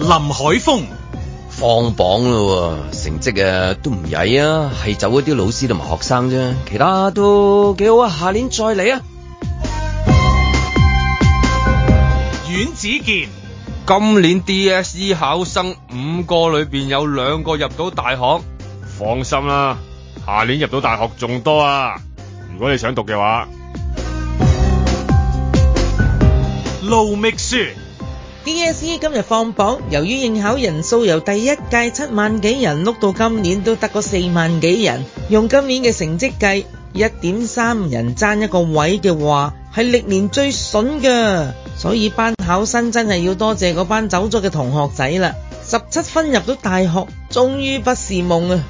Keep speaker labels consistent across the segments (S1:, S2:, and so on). S1: 海峰。
S2: 放榜咯喎，成績啊都唔曳啊，係走嗰啲老師同埋學生啫，其他都幾好啊，下年再嚟啊！
S1: 阮子健。
S3: 今年
S4: E
S3: DSE 考生五個裏邊有兩個入到大學，
S5: 放心啦，下年入到大學仲多啊！如果你想讀嘅話，
S1: 盧覓雪。
S6: DSE E 今日放榜，由於應考人數由第一屆七萬幾人碌到今年都得個四萬幾人，用今年嘅成績計，一點三人爭一個位嘅話，係歷年最筍㗎。所以班考生真係要多謝嗰班走咗嘅同學仔啦。十七分入到大學，終於不是夢啊！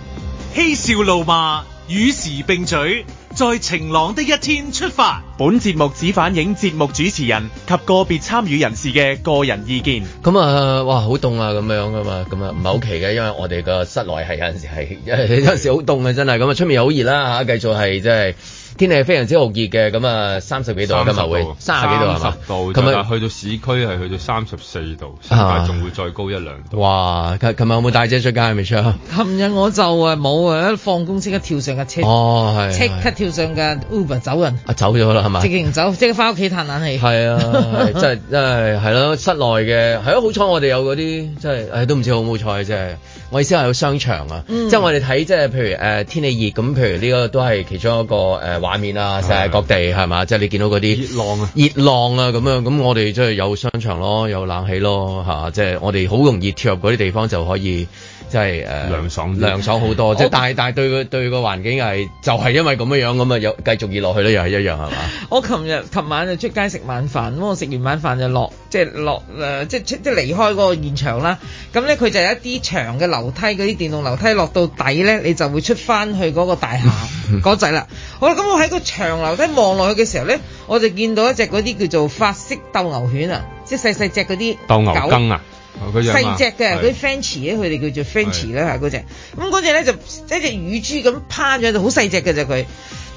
S1: 嬉笑怒罵，與時並舉，在晴朗的一天出發。
S4: 本節目只反映節目主持人及個別參與人士嘅個人意見。
S7: 咁啊，哇，好凍啊，咁樣噶嘛，咁啊唔係好奇嘅，因為我哋個室內係有陣時係 有陣時好凍啊，真係咁啊，出面又好熱啦嚇，繼續係即係。天氣係非常之酷熱嘅，咁啊三十幾度啊今日會三十幾度係啊嘛？
S3: 度，
S7: 琴
S3: 琴
S7: 日
S3: 日去到市區係去到三十四度，新界仲會再高一兩度。
S7: 哇！琴琴日有冇帶遮出街啊？Michelle？
S6: 琴日我就誒冇啊，一放工即刻跳上架車，
S7: 哦，係
S6: 即刻跳上架 Uber 走人，
S7: 啊走咗啦係嘛？
S6: 直情走，即刻翻屋企嘆冷氣。
S7: 係啊，係 真係真係係咯，室內嘅係咯，啊好彩我哋有嗰啲真係，唉都唔知好唔好彩即係。我意思係有商場啊，
S6: 嗯
S7: 即係我哋睇即係譬如誒、呃天氣熱咁，譬如呢個都係其中一個誒、呃、畫面啊，世界各地係嘛，即係你見到嗰啲
S3: 熱浪啊
S7: 熱浪啊咁樣，咁我哋即係有商場咯，有冷氣咯嚇、即係我哋好容易跳入嗰啲地方就可以。即係誒、呃
S3: 涼爽啲
S7: 涼爽好多，即係但係但係對個對個環境係就係、因為咁樣樣咁啊，又繼續熱落去咧，又係一樣係嘛？
S6: 我琴日琴晚就出街食晚飯，咁我食完晚飯就落即係落誒、呃即係即即係離開嗰個現場啦。咁咧佢就有一啲長嘅樓梯，嗰啲電動樓梯落到底咧，你就會出翻去嗰個大 廈嗰陣啦。好啦，咁我喺個長樓梯望落去嘅時候咧，我就見到一隻嗰啲叫做法式鬥牛犬啊，即係細細隻嗰啲
S3: 鬥牛
S6: 狗
S3: 羹啊，哦嗰隻啊嘛
S6: 細隻嘅，
S3: 係
S6: 嗰啲 French 咧，佢哋叫做 French 啦，係嗰只。咁嗰只咧就一隻乳豬咁趴咗喺度，好細隻嘅啫佢，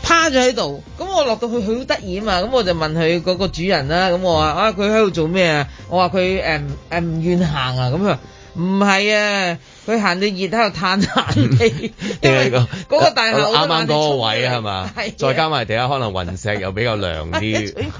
S6: 趴咗喺度。咁我落到去，佢好得意啊嘛。咁我就問佢嗰個主人啦，咁我話啊佢喺度做咩啊？我話佢誒誒唔願行啊，咁佢話唔係啊，佢行到熱喺度嘆 冷氣，因為
S7: 呢
S6: 嗰個大廈
S7: 啱啱嗰個位
S6: 啊
S7: 係嘛
S6: 係啊，哎
S7: 再加埋地下可能雲石又比較 涼啲，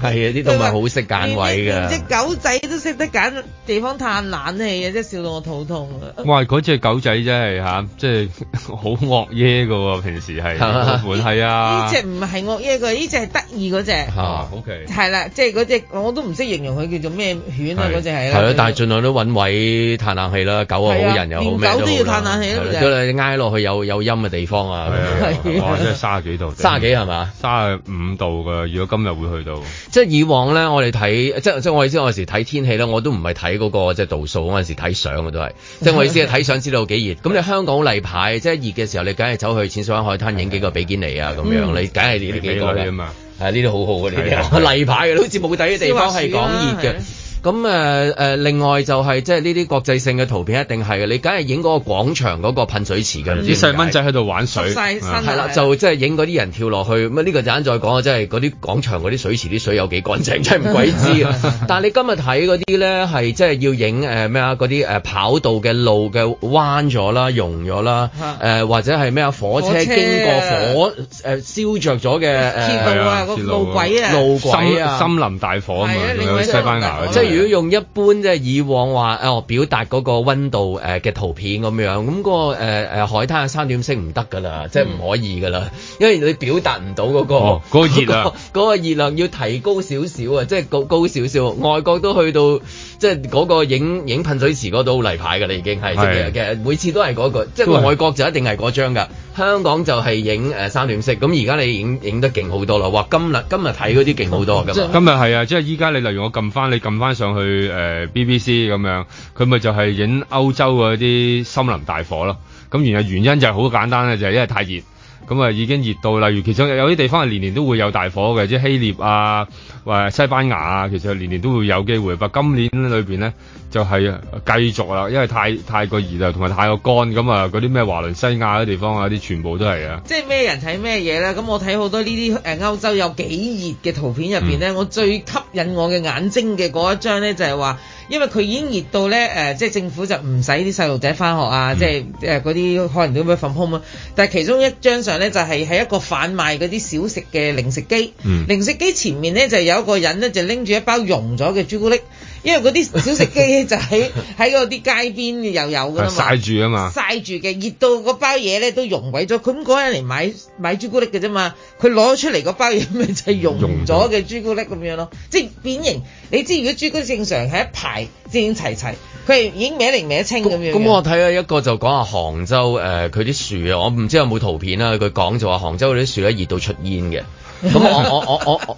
S7: 係啊，啲動
S6: 都
S7: 物好識揀位
S6: 只
S7: 㗎。
S6: 狗仔都識得揀地方嘆冷氣啊！真係笑到我肚痛啊！
S3: 哇！嗰只狗仔真係嚇，即係好惡耶噶喎，平時係
S7: 係嘛
S3: 嗰款係啊
S6: 呢。只唔係惡嘢佢，呢只係得意嗰只。
S3: 啊，OK。
S6: 係啦，即係嗰只我都唔識形容佢叫做咩犬啊，
S3: 係
S6: 嗰只係啦。
S7: 係咯，但係盡量都揾位嘆冷氣啦，狗又好，
S6: 係啊
S7: 人又好，
S6: 連
S7: 咩
S6: 狗都
S7: 好
S6: 要
S7: 啦
S6: 嘆冷氣啦
S7: 係
S6: 其實
S7: 都係挨落去有有陰嘅地方啊
S3: 係。
S7: 咁樣
S3: 啊，
S6: 係啊
S3: 哇！真係卅幾度，
S7: 卅幾係嘛？
S3: 卅五度㗎。如果今日會去到，
S7: 即係以往咧，我哋睇即係即係我意思，我有時睇天氣咧，我都唔係睇嗰個即係度數，我有時睇相嘅都係，即係我意思係睇相知道幾熱。咁你香港例牌，即係熱嘅時候，你梗係走去淺水灣海灘影幾個比堅尼啊咁樣，你梗係呢幾
S3: 美女
S7: 個
S3: 啊
S7: 啦。
S3: 嘛。
S7: 係呢啲好好嘅呢
S3: 係
S7: 啲，例牌嘅，好似冇第啲地方係講熱嘅
S6: 係。
S7: 咁誒誒，另外就係即係呢啲國際性嘅圖片一定係嘅，你梗係影嗰個廣場嗰個噴水池嘅，唔知
S3: 啲細蚊仔喺度玩水，
S6: 濕晒身
S3: 啊
S6: 啊
S7: 係啦，就即係影嗰啲人跳落去，咁啊呢個陣間再講啊，即係嗰啲廣場嗰啲水池啲水有幾乾淨，真係唔鬼知啊！ 但係你今日睇嗰啲咧，係即係要影誒咩啊？嗰啲誒跑道嘅路嘅彎咗啦、溶咗啦，誒、或者係咩啊？火
S6: 火
S7: 車
S6: 車
S7: 經過火誒、燒着咗嘅呃
S6: 鐵
S7: 誒
S6: 路
S3: 係
S6: 啊，
S3: 啊
S6: 個
S3: 鐵
S6: 路
S3: 路啊
S6: 軌啊，
S7: 路
S3: 森
S7: 軌啊。
S3: 森林大火啊嘛，仲
S6: 係啊你
S3: 有
S6: 咪
S3: 西班牙嗰啲
S7: 即係如果用一般即係以往話誒、哦、表達嗰個温度誒嘅、圖片咁樣，咁、個誒誒、海灘嘅三點式唔得㗎啦，即係唔可以㗎啦，因為你表達唔到嗰個
S3: 哦嗰個熱量
S7: 嗰個嗰個熱量要提高少少啊，即係高高少少。外國都去到即係嗰個影影噴水池嗰度好例牌㗎啦，已經係即係
S3: 係
S7: 其實每次都係嗰、個，即
S3: 都
S7: 係
S3: 係
S7: 外國就一定係嗰張㗎。香港就係影誒三點式，咁而家你影影得勁好多啦！哇，今日今日睇嗰啲勁好多㗎嘛。
S3: 今日係啊，即係依家你例如我撳翻，你撳翻上去誒、呃 BBC 咁樣，佢咪就係影歐洲嗰啲森林大火咯。咁原來原因就係好簡單咧，就係、因為太熱，咁啊已經熱到，例如其中有啲地方係年年都會有大火嘅，即係希臘啊、或者西班牙啊，其實年年都會有機會。不過今年裏邊咧就係、呃繼續啦，因為太太過熱啊啦，同埋太過乾，咁啊嗰啲咩華倫西亞啲地方啊，啲全部都係啊。
S6: 即係咩人睇咩嘢咧？咁我睇好多呢啲誒歐
S3: 嗯
S6: 洲有幾熱嘅圖片入邊咧，我最吸引我嘅眼睛嘅嗰一張咧就係話因為佢已經熱到咧誒、呃即係政府就唔使啲細路仔翻學
S3: 嗯
S6: 啊，即係誒嗰啲可能都咩 from home 啊。但係其中一張相咧就係、喺一個販賣嗰啲小食嘅零食機，
S3: 嗯
S6: 零食機前面咧就有一個人咧就拎住一包溶咗嘅朱古力。因為嗰啲小食機就 喺喺嗰啲街邊又有㗎啦嘛，
S3: 係曬住啊嘛
S6: 曬住嘅，熱到嗰包嘢咧都溶鬼咗。咁嗰人嚟買買朱古力嘅啫嘛，佢攞出嚟嗰包嘢咪就係溶咗嘅朱古力咁樣咯，即係變形。你知如果朱古力正常係一排正齊齊，佢係已經歪嚟歪清咁樣嘅。
S7: 咁我睇下一個就講下杭州誒佢啲樹啊，我唔知有冇圖片啊啦。佢講就話杭州嗰啲樹咧熱到出煙嘅。咁我我我我 我，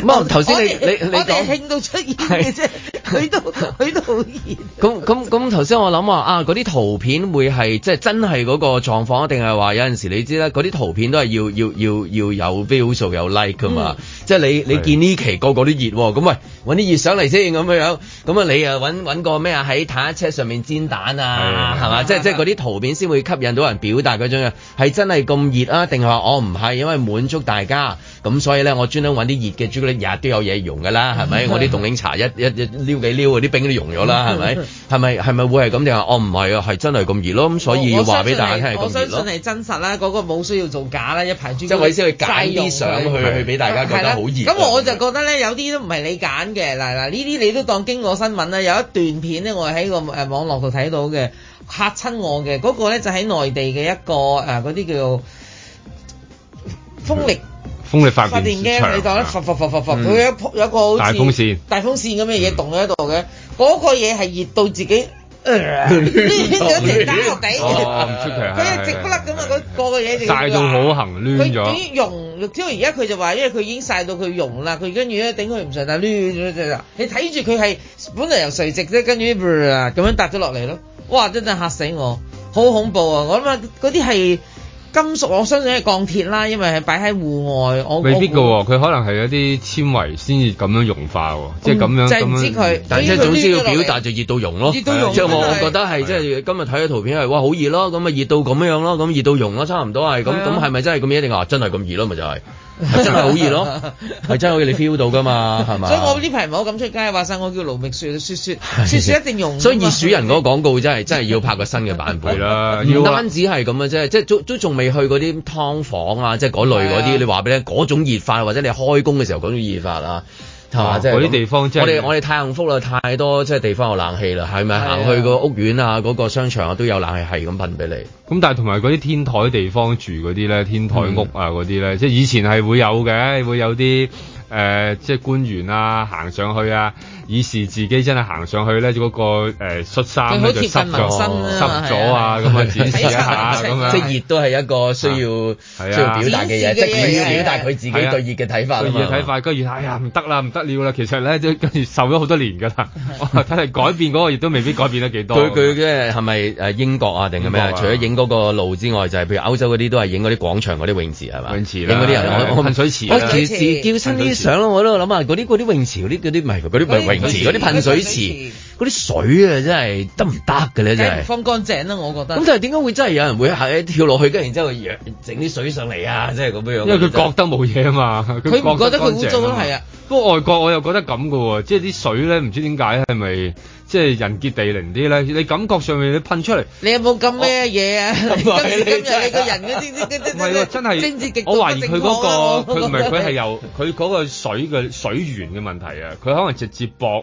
S7: 咁啊頭先你
S6: 我哋
S7: 你你
S6: 我哋
S7: 講。
S6: 興到出現嘅啫，佢都佢都好熱。
S7: 咁咁咁頭先我諗話啊，嗰啲圖片會係即係真係嗰個狀況，啊定係話有陣時你知啦，嗰啲圖片都係要要要要有 view 數有 like 噶嘛，即係你你
S3: 係
S7: 見呢期個個都熱喎，咁喂揾啲熱相嚟先咁樣樣，咁啊你啊揾揾個咩啊喺坦克車上面煎蛋啊，
S3: 係
S7: 係嘛？即係即係嗰啲圖片先會吸引到人表達嗰種嘅，係真係咁熱啊？定係話我唔係因為滿足大家，咁所以咧我專登揾啲熱嘅朱古力，日日都有嘢溶㗎啦， 係咪？我啲凍檸茶一一一撩幾撩，啲冰都溶咗 啦，係咪？係咪係咪會係咁定係？我唔係啊，係真係咁熱咯，咁所以要話俾大家聽係
S6: 我
S7: 咁熱
S6: 相信
S7: 咯。
S6: 係真實啦，嗰、個冇需要做假啦，一排朱古力
S7: 即係為先去揀啲相
S6: 曬用
S7: 去
S6: 佢
S7: 去俾大家覺
S6: 係
S7: 得
S6: 啊啦
S7: 好啊熱。
S6: 咁我就覺得咧，有啲都唔係你揀嘅。嗱嗱，呢啲你都當經過新聞啦。有一段片咧，我喺個誒網絡度睇到嘅，嚇親我嘅。嗰、個咧就喺內地嘅一個誒嗰啲叫做風力。
S3: 風力發
S6: 發電
S3: 電
S6: 機，
S3: 場
S6: 你當咧，
S3: 啊
S6: 佛佛佛佛佛，佢有一樖有一個好似
S3: 大風扇
S6: 大風扇咁嘅嘢棟咗喺度嘅，嗰個嘢係熱到自己，攣 咗條打落地，
S3: 哦唔出奇係
S6: 佢係直不甩咁啊！嗰嗰個嘢就
S3: 曬到好行攣
S6: 佢
S3: 咗
S6: 終於溶，之後而家佢就話，因為佢已經曬到佢溶啦，佢跟住咧頂佢唔順啦，攣咗隻啦，你睇住佢係本來由垂直啫，跟住咁樣搭咗落嚟咯，哇！真係嚇死我，好恐怖啊！我諗啊，嗰啲係。金屬我相信係鋼鐵啦，因為係擺喺戶外，我
S3: 未必㗎
S6: 我
S3: 喎，佢可能係有啲纖維先至咁樣溶化喎，即係咁樣
S6: 嗯就係
S3: 咁
S6: 唔知佢
S3: 樣。
S7: 但即係總之要表達就熱到溶咯，
S6: 熱到溶
S7: 即係我
S6: 真
S7: 我
S6: 係
S7: 覺得係即
S3: 啊
S7: 係今日睇嘅圖片係哇好熱咯，咁啊熱到咁樣咯，咁熱到溶咯，差唔多係咁
S6: 係啊
S7: 咁係咪真係咁一定話真係咁熱咯？咪 就係係真係好熱咯，係真係好似你 feel 到㗎嘛，係嘛？
S6: 所以我 呢排唔好咁出街，話晒我叫盧覓雪雪雪 雪雪一定用㗎嘛。
S7: 所以熱鼠人嗰個廣告真係真係要拍個新嘅版本
S3: 係啦
S7: 唔
S3: 要啊
S7: 單止係咁嘅啫，即係都都仲未去嗰啲劏房啊，即係嗰類嗰
S6: 係啊
S7: 啲，你話俾你聽嗰種熱法，或者你開工嘅時候嗰種熱法啊。係嘛？
S3: 哦
S7: 即係咁
S3: 嗰啲地方真係
S7: 我哋我哋太幸福啦，太多即係地方有冷氣啦，係咪？
S6: 係啊
S7: 行去個屋苑啊，嗰個商場啊，都有冷氣，係咁噴俾你。
S3: 咁但係同埋嗰啲天台地方住嗰啲咧，天台屋啊嗰啲咧，即係以前係會有嘅，會有啲誒、呃即係官員啊行上去啊，以示自己真係行上去咧，嗰、個誒、呃、恤衫
S6: 佢好
S3: 咧
S6: 貼
S3: 就濕
S6: 近民
S3: 咗，
S6: 生啊嘛
S3: 濕咗啊，咁啊展示一下
S6: 睇
S3: 咁
S6: 出嚟
S3: 樣。
S7: 即係熱都係一個需要
S3: 係啊
S7: 需要表達嘅嘢，
S6: 展示嘅嘢
S7: 即係佢要表達佢自己對
S3: 係啊
S7: 熱嘅睇法啊
S3: 對
S7: 嘛
S3: 熱睇法，跟住哎呀唔得啦，唔得了啦，其實咧都跟住受咗好多 年㗎啦，哇睇嚟改變嗰個亦都未必改變得幾多。
S7: 佢佢即係係咪誒英國啊定係咩啊
S3: 啊英？國啊
S7: 除咗影嗰個路之外，就係譬如歐洲嗰啲都係影嗰啲廣場嗰啲泳池係嘛？
S3: 泳池
S7: 影
S3: 啦
S7: 嗰啲人
S3: 係
S7: 我我
S3: 噴水池啦
S7: 我時時叫新
S3: 噴水
S7: 啲
S3: 池
S7: 相咯，我都諗下啊嗰啲嗰啲泳池嗰啲嗰啲唔係嗰啲唔係泳池嗰啲噴水池嗰啲水啊，真係得唔得嘅咧？
S6: 梗
S7: 真
S6: 係唔
S7: 係。
S6: 放乾淨啦，我覺得
S7: 咁。但係點解會真係有人會喺跳落去，跟住然之後揚整啲水上嚟啊？即係咁樣樣。
S3: 因為佢覺得冇嘢啊嘛，
S6: 佢唔覺得佢
S3: 乾
S6: 污
S3: 淨
S6: 糟咯
S3: 嘛
S6: 係啊。
S3: 不過外國我又覺得咁嘅喎，即係啲水咧唔知點解係咪即係人傑地靈啲咧？你感覺上面你噴出嚟，
S6: 你有冇咁咩嘢啊？今
S7: 咁啊
S6: 時今日
S7: 你真係
S6: 你個人嗰啲啲
S3: 唔係喎，真係
S6: 政治極度
S3: 我懷疑
S6: 不
S3: 佢
S6: 正
S3: 嗰、
S6: 確啊
S3: 個佢唔係佢係
S6: 我
S3: 由佢嗰個水嘅水源嘅問題啊，佢可能直接駁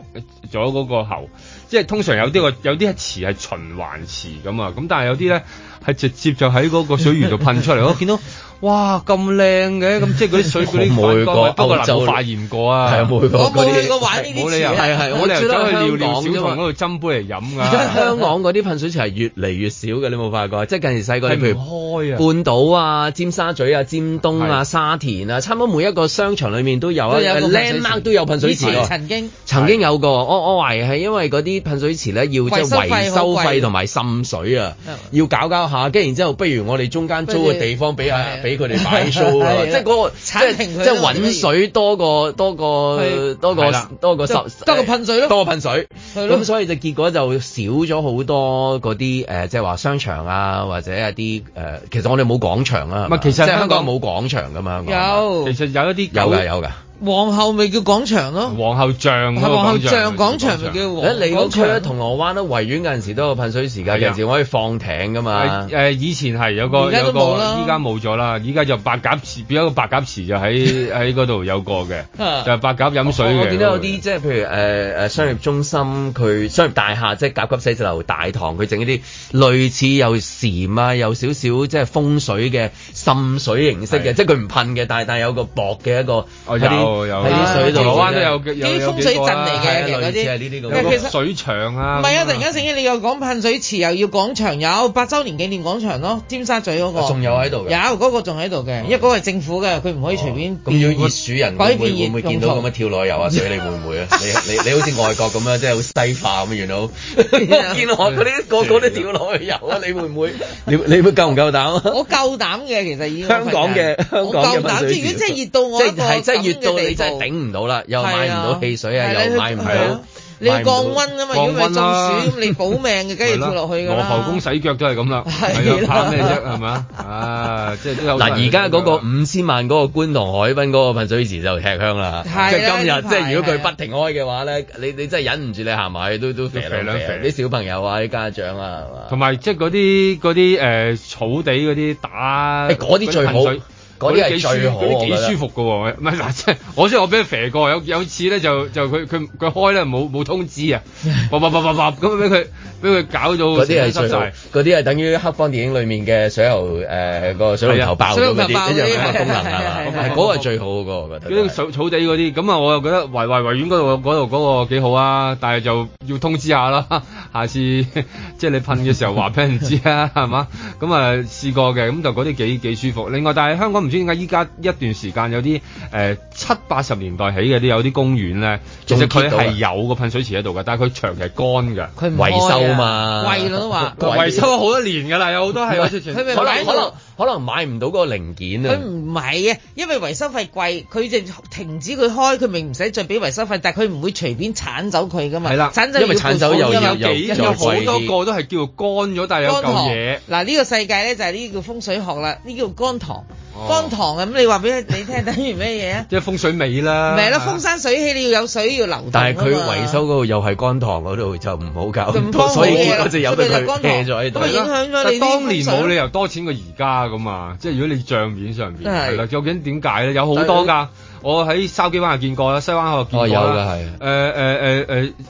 S3: 咗嗰個喉，即係通常有啲個 有啲池係循環池咁啊，咁但係有啲咧係直接就喺嗰個水源度噴出嚟，我見到。哇，咁靚嘅，咁即係嗰啲水嗰啲
S7: 我冇去
S3: 反光
S7: 過
S3: 不過
S7: 歐洲
S3: 能發現過啊，
S7: 係啊冇去過
S6: 我
S7: 嗰
S6: 冇
S7: 啲
S6: 去過玩呢啲
S3: 冇理
S6: 池
S3: 由
S6: 啊，
S7: 係係
S3: 冇理由走去尿尿小童嗰度斟杯嚟飲啊
S7: 而家
S3: 㗎，
S7: 香港嗰啲噴水池係越嚟越少嘅，你有冇發覺？即係近時細個，
S3: 係
S7: 你譬如
S3: 唔 開啊。
S7: 半島啊、尖沙咀啊、尖東啊、
S3: 係
S7: 沙田啊，差唔多每一個商場裏面都有啊
S6: 都有一個噴水池
S7: landmark 都有噴水池
S6: 以前
S7: 喎。
S6: 曾經
S7: 曾經有過，我我懷疑係因為嗰啲噴水池咧要即係
S6: 維修費
S7: 維修
S6: 好貴
S7: 費同埋滲水啊
S6: 嗯，
S7: 要搞搞下，跟住然之後，不如我哋中間租個地方俾啊
S6: 係
S7: 俾佢哋擺 show 啊，即
S6: 係
S7: 係嗰個即係
S6: 剷平佢
S7: 即係
S6: 咯我哋不如
S7: 揾水多過多過
S6: 係
S7: 多過
S3: 係啦
S7: 多過十
S6: 得個噴水咯
S7: 多過噴水，
S6: 係咯
S7: 咁所以就結果就少咗好多嗰啲誒，即係話商場啊或者一啲誒，呃其實我哋冇廣場啊，係嘛
S3: 唔係其實
S7: 即係
S3: 香
S7: 香港
S3: 港
S7: 冇廣場噶嘛，香港係嘛
S6: 有
S3: 其實有一啲
S7: 有
S3: 狗
S7: 㗎有㗎。
S6: 皇后咪叫廣場咯，
S3: 皇后像嗰個
S6: 皇后
S3: 廣
S6: 像廣場咪
S3: 場
S6: 叫
S7: 誒
S6: 皇
S7: 你嗰
S6: 廣
S7: 區咧，
S6: 場。
S7: 銅鑼灣咧，維園嗰陣時都有噴水時間，
S3: 係啊
S7: 有陣時我可以放艇噶嘛
S3: 誒。誒，呃以前係有個
S6: 啊而家都
S3: 有個
S6: 冇啦，
S3: 依家冇咗啦。依家就白鴿池，變咗個白 鴿池就喺喺嗰度有個嘅，
S6: 啊
S3: 就係白鴿飲水
S7: 我
S3: 嘅。
S7: 我見到有啲即係譬如誒誒、呃商業中心，佢商業大廈即係甲級寫字樓大堂，佢整一啲類似有禪啊，有少少即係風水嘅滲水形式嘅，
S3: 係
S7: 即係佢唔噴嘅，但係但係有個薄嘅一個
S3: 哦
S7: 喺
S3: 有
S7: 啲
S3: 有
S7: 喺啲水度
S3: 銅鑼灣
S7: 即係
S3: 都有嘅有
S6: 啲
S3: 有
S6: 風水
S3: 幾個
S6: 陣
S3: 啦
S6: 嚟
S7: 係
S6: 嘅，
S7: 啊
S6: 其實嗰
S7: 類似係呢
S6: 啲
S7: 啲咁
S3: 有
S6: 但係
S3: 個
S6: 其實
S3: 水場啊。
S6: 唔係啊！突
S3: 咁
S6: 然間醒起，你又講噴水池，又要廣場，有八週年紀念廣場咯，尖沙咀嗰個
S7: 仲有喺度
S6: 有
S7: 嘅。
S6: 嗰個仲喺度嘅，因為嗰個係政府嘅，佢唔可以隨便
S7: 咁要熱暑人
S6: 改
S7: 會
S6: 變
S7: 會會唔會見到咁樣跳落去游 下水？你會唔會啊？你你你好似外國咁樣，即係好西化咁樣，原來好 我見我嗰啲個個都跳落去游啊！你會唔會？你你會夠唔夠膽啊？
S6: 我夠膽嘅，其實已經
S7: 香港嘅香
S6: 我
S7: 港嘅
S6: 夠
S7: 噴
S6: 膽，
S7: 水
S6: 即係
S7: 池，
S6: 如果真係熱到我
S7: 即
S6: 一個
S7: 係真係熱到你真係
S6: 咁嘅地步
S7: 頂唔到啦，又買唔到汽水啊，
S6: 係
S7: 又買唔
S6: 係
S7: 到
S6: 啊。你要
S7: 買唔到
S6: 降温啊嘛，如果唔係中
S3: 降溫啦
S6: 暑咁你保命嘅，梗係要跳落去㗎
S3: 羅
S6: 啦。
S3: 浮宮洗腳都係咁啦，
S6: 係啦
S3: 係啊，怕咩啫？係嘛？啊，即係都有
S7: 嗱，而家嗰個五千萬嗰個觀塘海濱嗰個噴水池就吃香啦，即
S6: 係啊
S7: 係今
S6: 呢
S7: 日，
S6: 排
S7: 即係如果佢
S6: 係啊
S7: 不停開嘅話咧，你你真係忍唔住你行埋去都都肥
S3: 肥兩
S7: 兩肥
S3: 肥
S7: 啲小朋友啊，啲家長啊，係
S3: 同
S7: 嘛？
S3: 埋即係嗰啲嗰啲誒草地嗰啲打
S7: 誒嗰啲最好
S3: 噴水
S7: 嗰啲係
S3: 幾舒
S7: 最好
S3: 嗰啲
S7: 我覺得
S3: 幾舒服㗎喎。唔係嗱，即係我雖然我俾佢肥過，有有次咧就就佢佢佢開咧冇冇通知 啊，叭叭叭叭叭咁俾佢俾佢搞到
S7: 嗰啲係最
S3: 成身濕
S7: 好，
S3: 晒。
S7: 嗰啲係等於黑幫電影裡面嘅水喉誒個水龍頭爆咗嗰
S6: 水龍頭爆
S7: 啲
S6: 嗰啲
S7: 一樣嘅功能係
S6: 係係係
S7: 嘛？
S6: 係
S7: 係嗰個係最好嗰個，我覺
S3: 嗰啲
S7: 得。
S3: 草草地嗰啲，咁啊我又覺得維維維園嗰度嗰度嗰個幾好啊，但係就要通知下啦， 下次即係你噴嘅時候話俾人知啊， 係嘛？咁啊試過嘅，咁就嗰啲幾幾舒服。另外，但係香港唔知點解依家一段時間有啲誒七八十年代起嘅啲有啲公園咧，其實佢
S7: 仲 keep 到啊
S3: 係有個噴水池喺度嘅，但係佢長期係乾㗎。
S6: 佢唔
S7: 維
S6: 開啊
S7: 修嘛
S6: 貴咯都話，
S7: 貴
S3: 維修咗好多年㗎啦，有好多係
S6: 佢咪
S7: 啊可能
S6: 擺
S7: 可能
S6: 到
S7: 可能買唔到嗰個零件
S6: 佢
S7: 啊。
S6: 唔係啊，因為維修費貴，佢就停止佢開，佢咪唔使再俾維修費，但係佢唔會隨便剷走佢噶嘛。
S3: 係啦
S6: 剷走
S7: 因為
S6: 要
S7: 剷走
S6: 付款
S7: 又
S6: 㗎嘛
S7: 要又
S3: 幾有好多個都係叫做乾咗，但係有
S6: 乾
S3: 嚿
S6: 塘
S3: 嘢。
S6: 嗱呢個世界咧就係呢叫風水學啦，呢叫乾塘。
S3: 哦
S6: 乾塘咁你話俾你聽，等於咩嘢 啊？
S3: 即係風水尾啦，
S6: 咪係咯，風山水起你要有水要流動啊
S7: 但係佢維
S6: 維
S7: 修嗰度又係乾塘嗰度就唔好搞
S6: 就唔，幫
S7: 所以
S6: 好嘢
S7: 結
S6: 啦
S7: 果就由得
S6: 所
S7: 佢
S6: 以就乾塘
S7: hea 咗喺度
S6: 咁。咪啊影響咗你
S3: 但
S6: 啲
S3: 當年
S6: 風水
S3: 冇理由多錢過而家噶嘛，即係如果你帳面上面
S6: 真係
S3: 係啦，究竟點解咧？有好多㗎，我喺筲箕灣又見過啦，西灣河見過啦，
S7: 哦
S3: 誒誒誒誒，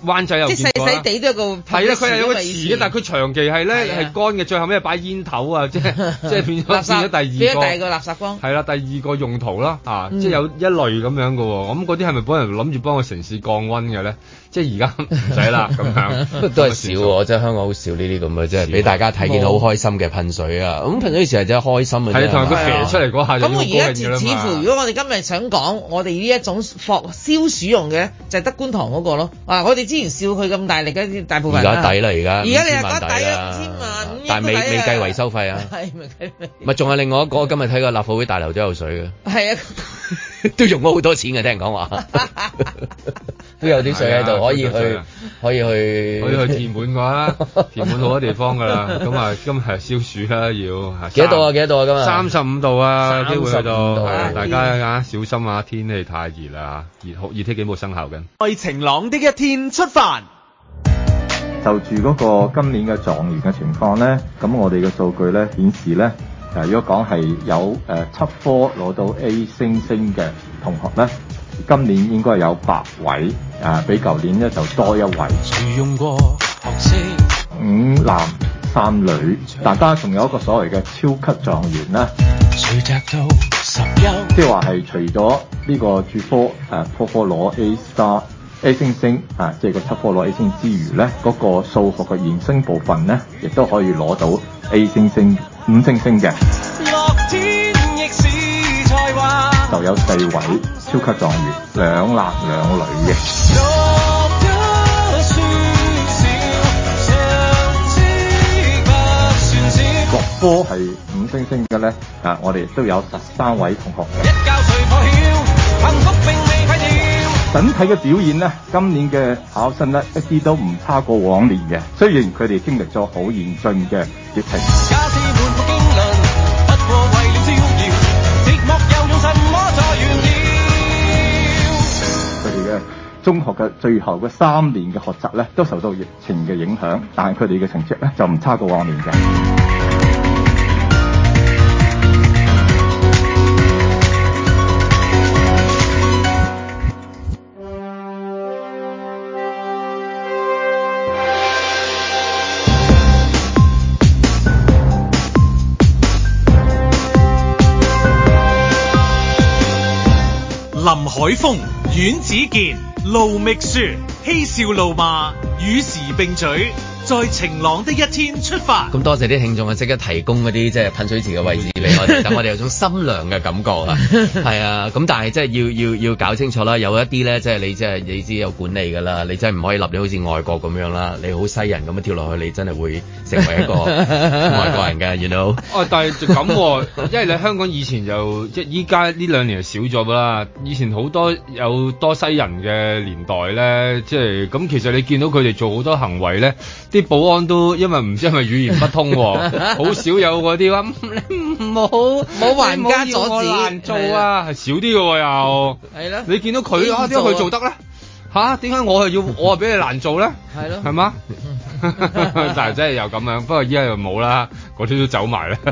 S3: 灣仔又
S6: 即
S3: 見
S6: 係細
S3: 過
S6: 細
S3: 啦。
S6: 地都有個
S3: 係啦，啊佢係有個池嘅，但
S6: 係
S3: 係佢長期係咧
S6: 係啊
S3: 係乾嘅，最後尾係擺煙頭啊，即係 即係變咗變
S6: 垃圾
S3: 咗第
S6: 變
S3: 二
S6: 咗第二
S3: 個。
S6: 個垃圾缸。
S3: 係啦，第二個用途啦，啊，
S6: 嗯
S3: 即係有一類咁樣嘅喎，咁嗰啲係咪本人諗住幫個城市降温嘅咧？即係而家唔使啦，咁啊 樣
S7: 都係少喎，即係香港好少呢啲咁嘅，即係俾大家睇見好開心嘅噴水啊！咁噴水時係真係開心嘅啫，
S3: 啊係同埋佢
S7: 係
S3: 射
S7: 嘛
S3: 出嚟嗰下就
S6: 咁
S3: 已
S6: 我
S3: 經好
S6: 而家
S3: 高興㗎啦
S6: 似似
S3: 啊嘛
S6: 乎，如果我哋今日想講，我哋呢一種防消暑用嘅，就係得觀塘嗰個咯。啊，我哋之前笑佢咁大力嘅，大部
S7: 而
S6: 分啊
S7: 家抵啦，而家
S6: 而家你
S7: 5000
S6: 又
S7: 萬
S6: 覺得抵
S7: 抵
S6: 啦，
S7: 啊
S6: 五啊千萬，
S7: 但係未未計維修 費啊。
S6: 係咪計費？
S7: 咪仲有另外一個，今日睇過立法會大樓都有水
S6: 係啊，
S7: 嘅， 都用咗好多錢嘅，聽人講 話，都有啲水喺
S3: 係
S7: 度
S3: 啊
S7: 可以
S3: 都有水
S7: 去
S3: 啊，
S7: 可以去，
S3: 可以去填滿㗎啦， 填滿好多地方㗎啦。咁啊，今日消暑啦，要
S7: 幾多度啊？幾多度啊？今日
S3: 三十五度啊，有機會去
S7: 35
S3: 到
S7: 度，
S3: 係
S7: 啊
S3: 大家啊小心啊！天氣太熱啦，熱好熱天幾冇生效嘅。
S4: 在晴朗的一天出發。
S8: 就住嗰個今年嘅狀元嘅情況咧，咁我哋嘅數據咧顯示咧，誒、如果講係有誒、呃七科攞到 A 星星嘅同學咧，今年應該有八位，誒、啊比舊年咧就多一位。五男三女，但家仲有一個所謂嘅超級狀元啦。即係話係除咗呢個主科誒、呃科科攞 A star A 星星啊，即係個七科攞 A 星之餘咧，嗰、個數學嘅延伸部分咧，亦都可以攞到 A 星星五星星嘅，就有四位超級狀元，兩男兩女嘅。各科係五星星嘅咧，啊，我哋都有十三位同學嘅。整體嘅表現咧，今年嘅考生咧一啲都唔差過往年嘅，雖然佢哋經歷咗好嚴峻嘅疫情。中學嘅最後嘅三年嘅學習咧，都受到疫情嘅影響，但係佢哋嘅成績咧就唔差過往年嘅。
S1: 林海峰、阮子健、路觅雪，嬉笑怒罵，與時並舉，在晴朗的一天出發。
S7: 咁多謝啲聽眾啊，即刻提供嗰啲即係噴水池嘅位置俾我 哋，等我哋有種心涼嘅感覺啊。係啊，咁但係即係要要要搞清楚啦，有一啲咧即係你即係你知有管理㗎啦，你真係唔可以立你好似外國咁樣啦，你好西人咁樣跳落去，你真係會成為 一個外國人㗎，you know。
S3: 哦，但係就咁喎、 因為你香港以前就即係依家呢兩年就少咗啦。以前好多有多西人嘅年代咧，即係咁其實你見到佢哋做好多行為咧，啲保安都因為唔知係咪語言不通喎、 好少有嗰啲話唔你唔好
S6: 冇橫加阻止
S3: 你唔好要我難做啊，係少啲嘅喎又。
S6: 係咯
S3: 你見到佢啊，
S6: 你
S3: 點解
S6: 唔做啊
S3: 佢做得咧？吓？點解我係 要我係俾你難做咧？
S6: 係咯
S3: 係嘛？ 但係真係又咁樣，不過依家又冇啦，嗰啲都走埋啦。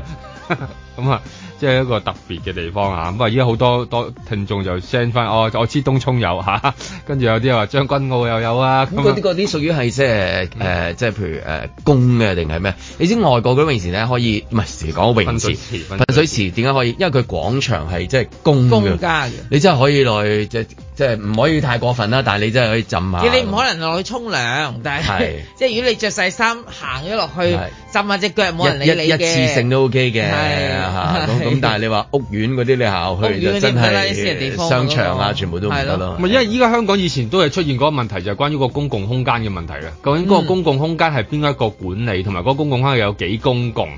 S3: 咁啊，即係一個特別嘅地方嚇。咁啊，依家好多多聽眾就 send 翻，哦，我知東涌有嚇，跟住有啲話將軍澳又有啊。
S7: 咁嗰啲
S3: 咁
S7: 嗰
S3: 啊
S7: 啲屬於係即係誒，
S6: 嗯
S7: 即係譬如誒公嘅定係咩？你知外國嗰啲泳池咧可以唔係講泳池
S3: 噴水池噴水池
S7: 噴水池點解可以？因為佢廣場係即係公
S6: 公
S7: 嘅，
S6: 家嘅。
S7: 你真係可以落去即係即係唔可以太過分啦，但係你真係可以浸下。
S6: 你唔可能落去沖涼，但
S7: 係
S6: 係 即係如果你着晒衫行咗落去
S7: 係
S6: 浸下只腳，冇人
S7: 一
S6: 理
S7: 一
S6: 你
S7: 一
S6: 嘅。
S7: 次性都 OK 嘅
S6: 係
S7: 嚇，咁咁
S6: 係
S7: 但係你話屋苑嗰啲你行落去
S6: 屋苑
S7: 就
S6: 嗰啲
S7: 真
S6: 唔得啦啲私人地
S7: 係
S6: 方
S7: 商場
S6: 嗰
S7: 啊，
S6: 個
S7: 全部都唔得咯
S3: 唔。係，因為依家香港以前都係出現嗰個問題，就係關於個公共空間嘅問題嘅。究竟嗰個
S6: 嗯
S3: 公共空間係邊一個管理，同埋嗰個公共空間有幾公共？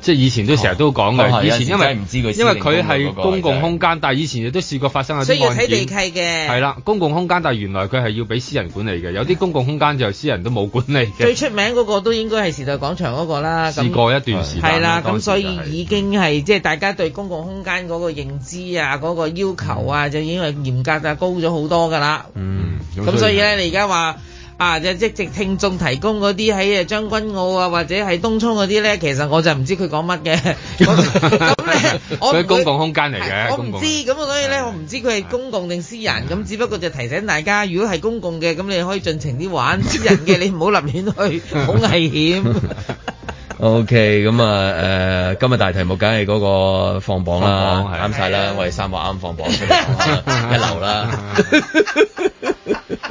S3: 即係以前都成日都講
S7: 哦
S3: 嘅，
S7: 係
S3: 以
S7: 有時
S3: 前因為
S7: 真係唔知佢私
S3: 因為
S7: 營公
S3: 佢係
S7: 嗰個
S3: 公共
S7: 真係
S3: 空間，但係以前亦都試過發生有
S6: 所以
S3: 啲
S6: 要
S3: 案
S6: 睇地
S3: 件
S6: 契。嘅。
S3: 係啦，公共空間，但係原來佢係要俾私人管理嘅，有啲公共空間就私人都冇管理
S6: 最
S3: 嘅。
S6: 出名嗰個都應該係時代廣場嗰個啦。咁
S3: 試過一段時間。
S6: 係啦，
S3: 當
S6: 咁
S3: 時
S6: 所
S3: 就係
S6: 以已經係即係大家對公共空間嗰個認知啊，嗰、個要求啊，就已經係嚴格啊高咗好多㗎啦。
S7: 嗯，
S6: 咁所以咧，你而家話啊，就即直聽眾提供嗰啲喺誒將軍澳啊，或者係東涌嗰啲咧，其實我就唔知佢講乜嘅。 咁咁咧，我唔會
S3: 佢公共空間嚟嘅
S6: 係我
S3: 公
S6: 唔
S3: 共
S6: 知。咁所以咧，我唔知佢係公共定私人。咁只不過就提醒大家，如果係公共嘅，咁你可以盡情啲玩；私人嘅你唔好立 亂去，好危險。
S7: OK，咁啊誒，今日大題目梗係嗰個放榜啦
S3: 放，榜係啊
S7: 啱晒啦，我哋三個啱放榜出 嚟講啦一流 啦。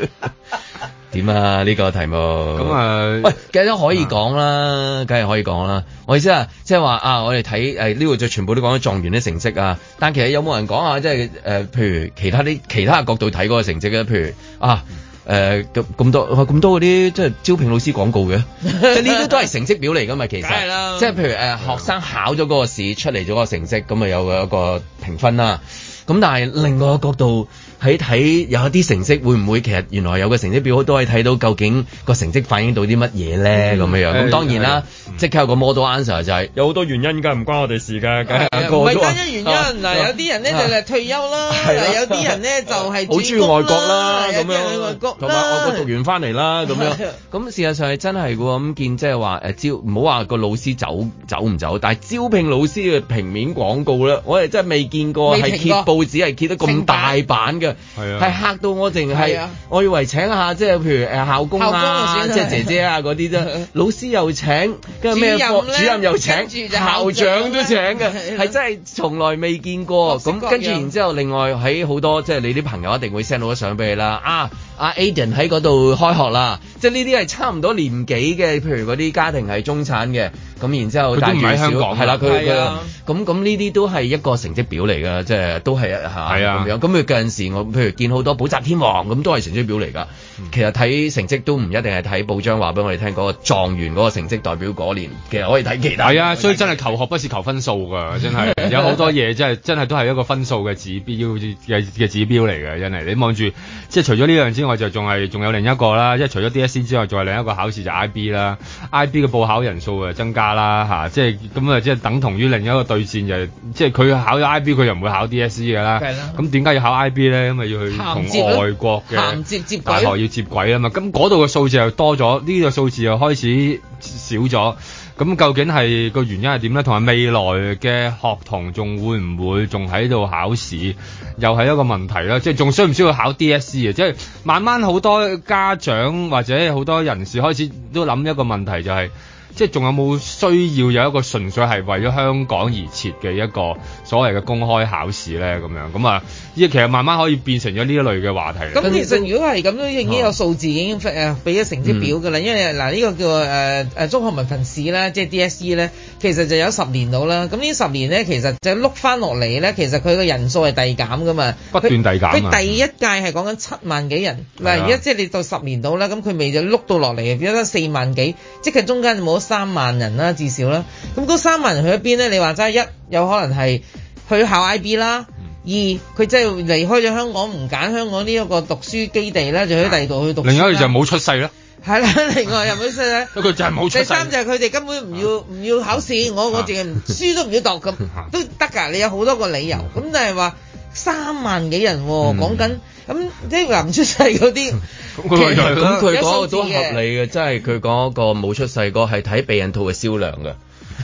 S7: 點啊？呢個題目咁
S3: 咁啊
S7: 喂，梗係都可以講啦，梗係可以講啦。我意思啊，即係話啊，我哋睇誒呢度就全部都講咗狀元啲成績啊，但其實有冇人講啊？即係誒、呃譬如其他啲其他角度睇嗰個成績咧，譬如啊。誒咁咁多哇咁多嗰啲即係招聘老師廣告嘅，即係呢啲都係成績表嚟㗎嘛，其實
S6: 梗係啦
S7: 即係譬如誒、呃、學生考咗嗰個試出嚟咗個成績，咁啊有一個評分啦。咁但係另外個角度喺睇有一啲成績會唔會其實原來有個成績表都可以睇到究竟個成績反映到啲乜嘢咧咁樣樣。咁
S3: 誒
S7: 當然啦，即刻有個 model answer 就係有好多原因㗎，唔關我哋事㗎，梗係個
S6: 唔
S7: 個
S6: 係
S7: 都話
S6: 單一原因，嗱有啲人咧就係退休啦，
S7: 啊係啦
S6: 嗱有啲人咧就係
S7: 好中意外國啦，
S6: 有
S7: 咁
S6: 啲人去外
S7: 樣
S6: 國，
S7: 同埋外國
S6: 啦
S7: 讀完翻嚟 啦，咁樣。咁事實上係真係嘅喎，咁見即係話誒招，唔好話個老師走走唔走，啊但係招聘老師嘅平面廣告咧，我哋真係未見過
S6: 未
S7: 係
S6: 停
S7: 揭
S6: 過
S7: 報紙係揭得咁大版嘅，
S3: 係啊
S7: 係嚇到我淨
S6: 係
S7: 係
S6: 啊，
S7: 我以為請下即係譬如誒校工
S6: 校工啊
S7: 啊，
S6: 算啦
S7: 即係姐姐啊嗰啲啫， 老師又請，跟住咩
S6: 主任
S7: 課
S6: 咧
S7: 主任又請
S6: 跟住，就
S7: 校
S6: 校
S7: 長
S6: 長
S7: 都
S6: 咧
S7: 請 嘅，
S6: 係啦
S7: 係真係從來未見過。
S3: 哦
S6: 各式
S7: 咁
S6: 各
S7: 跟住
S6: 樣
S7: 然之後，另外喺好多即係你啲朋友一定會 send 好多相俾你啦。啊，阿 Aden 喺嗰度開學啦，即係呢啲係差唔多年紀嘅，譬如嗰啲家庭係中產嘅，咁然之後
S3: 佢都
S7: 大
S3: 唔
S7: 住
S3: 喺香
S7: 小
S3: 港
S7: 係啦，佢
S6: 係
S7: 佢
S6: 啊
S7: 咁咁呢啲都係一個成績表嚟㗎，即係都係嚇
S3: 係啊
S7: 咁樣。咁佢近陣時我譬如見好多補習天王咁都係成績表嚟㗎。其實睇成績都唔一定係睇報章話俾我哋聽嗰個狀元嗰個成績代表嗰年，其實可以睇其 他。
S3: 係啊，所以真係求學不是求分數㗎， 真係有好多嘢真係真係都係一個分數嘅指標嘅嘅指標嚟嘅，真係你望住即係除咗呢樣之外就仲係仲有另一個啦，即係除咗 DSE 之外，仲有另一個考試就 IB 啦，IB 嘅報考人數誒增加啦吓、即係咁啊，即係等同於另一個對戰就係即係佢考咗 IB，佢又唔會考 DSE 噶啦
S6: 梗係啦。
S3: 咁點解要考 IB 咧？因為要去
S6: 銜接咯
S3: 同外國
S6: 銜接接
S3: 嘅
S6: 軌
S3: 大學要接軌啊嘛。咁嗰度嘅數字又多咗，呢、個數字又開始少咗。咁究竟係個原因係點咧？同埋未來嘅學童仲會唔會仲喺度考試，又係一個問題啦。即係仲需唔需要考 DSE 啊？即係慢慢好多家長或者好多人士開始都諗一個問題就係、即係仲有冇需要有一個純粹係為咗香港而設嘅一個所謂嘅公開考試咧？咁樣咁啊，依其實慢慢可以變成咗呢一類嘅話題嚟。
S6: 咁其實如果係咁都已經有數字已經誒俾咗成績表㗎啦，因為嗱呢個叫誒呃誒中學文憑試啦，即係 DSE 咧，其實就有十年到啦。咁呢十年咧，其實就碌翻落嚟咧，其實佢個人數係遞減㗎嘛，
S3: 不斷遞減啊
S6: 佢佢第一屆係講緊七萬幾人，
S3: 係
S6: 嗱
S3: 啊
S6: 而家即係你到十年到啦，咁佢咪就碌到落嚟，變咗得四萬幾，即係中間冇咗三萬人啦，至少啦。咁嗰三萬人去咗邊咧？你話齋一有可能係去考 IB 啦。二
S3: 嗯
S6: 佢真係離開咗香港，唔揀香港呢一個讀書基地咧，就去第二度去讀書啦。
S3: 另一類就係冇出 世啦，
S6: 係啦，另外又冇出咧。
S3: 佢就係冇出
S6: 第
S3: 世。
S6: 三就係佢哋根本唔要唔要考試，我我淨係唔書都唔要讀咁
S3: 啊
S6: 都得㗎。你有好多個理由，咁但係話三萬幾人
S3: 嗯
S6: 喎，講緊咁即係話唔出世 嗰啲，
S3: 咁佢咪就係咯
S7: 咁佢
S6: 有
S7: 講
S6: 數
S7: 個
S6: 字
S7: 都合
S6: 嘅
S7: 理嘅，即係佢講個冇出世個係睇避孕套嘅銷量嘅。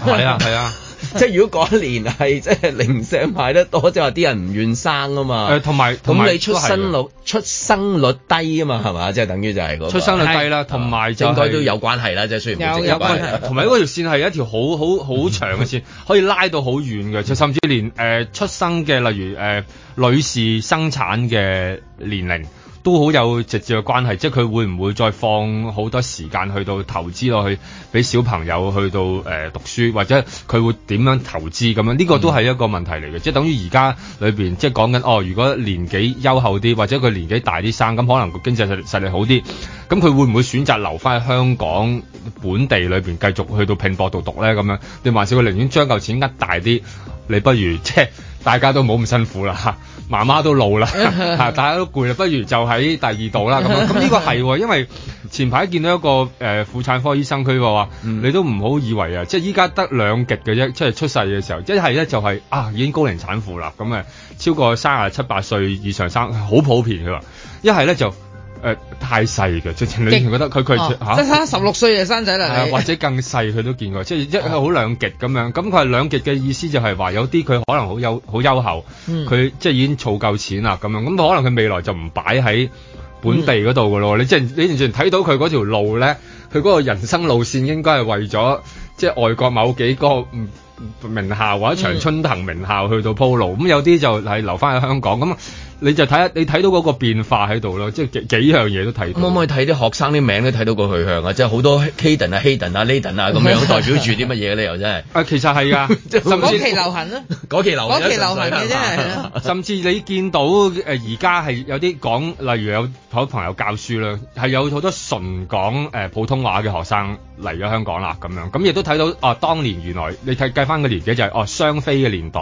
S3: 係啊係啊，
S7: 即係如果嗰一年係即係零舍賣得多，即係話啲人唔願生啊嘛。
S3: 誒同埋同埋
S7: 咁你出生率出生率低啊嘛，係嘛？即係等於就係嗰個
S3: 出生率低啦，同埋就
S7: 應該
S3: 係
S7: 都有關係啦，即係雖然唔
S6: 有
S7: 直
S6: 有
S7: 接
S6: 關
S7: 關
S6: 係
S7: 係。
S3: 同埋嗰條線係一條好好好長嘅線，可以拉到好遠嘅，就甚至連誒、呃出生嘅，例如誒、呃女士生產嘅年齡。都好有直接嘅關係，即係佢會唔會再放好多時間去到投資落去，俾小朋友去到誒、呃、讀書，或者佢會點樣投資咁樣？呢、個都係一個問題嚟嘅，即係等於而家裏
S7: 嗯
S3: 邊即係講緊哦，如果年紀優厚啲，或者佢年紀大啲生，咁可能個經濟實力實力好啲，咁佢會唔會選擇留翻喺香港本地裏邊繼續去到拼搏度讀咧？咁樣定還是佢寧願將嚿錢呃大啲？你不如即係大家都冇咁辛苦啦， 媽媽都老啦，嚇大家都攰啦，不如就喺第二度啦咁樣。咁呢個係喎，因為前排見到一個誒、呃婦產科醫生，佢話、你都唔好以為啊，即係依家得兩極嘅啫，即係出世嘅時候，一係咧就係、啊已經高齡產婦啦，咁誒超過三十七八歲以上生，好普遍佢話，一係咧就誒、呃太細嘅，即係你以前覺得佢佢
S6: 哦
S3: 嚇。
S6: 即係生十六歲就生仔
S3: 係啊
S6: 啦，你
S3: 或者更細佢都見過，即係一係好兩極咁樣。咁佢係兩極嘅意思就係話，有啲佢可能好優好優厚，
S6: 嗯
S3: 佢、即係已經儲夠錢啦咁樣。咁可能佢未來就唔擺喺本地嗰度噶咯。你即係你完全睇到佢嗰條路咧，佢嗰個人生路線應該係為咗即係外國某幾個唔名校或者長春藤名校去到鋪路。咁、有啲就係留翻喺香港咁。你就睇下你睇到嗰個變化喺度咯，即係幾幾樣嘢都睇到。
S7: 可唔可以睇啲學生啲名都睇到個去向啊？即係好多 Caden 啊、Hayden 啊、Layden 啊咁 樣，代表住啲乜嘢咧？又真係
S3: 啊，其實係㗎，甚
S6: 嗰
S3: 至
S6: 期流行啦，
S7: 嗰期啊流
S6: 嗰期流行嘅啫係啊
S3: 甚至你見到誒而家係有啲講，例如有好多朋友教書啦，係有好多純講誒、呃普通話嘅學生嚟咗香港啦，咁樣咁亦都睇到哦，當年原來你睇計翻個年紀就係、哦雙非嘅年代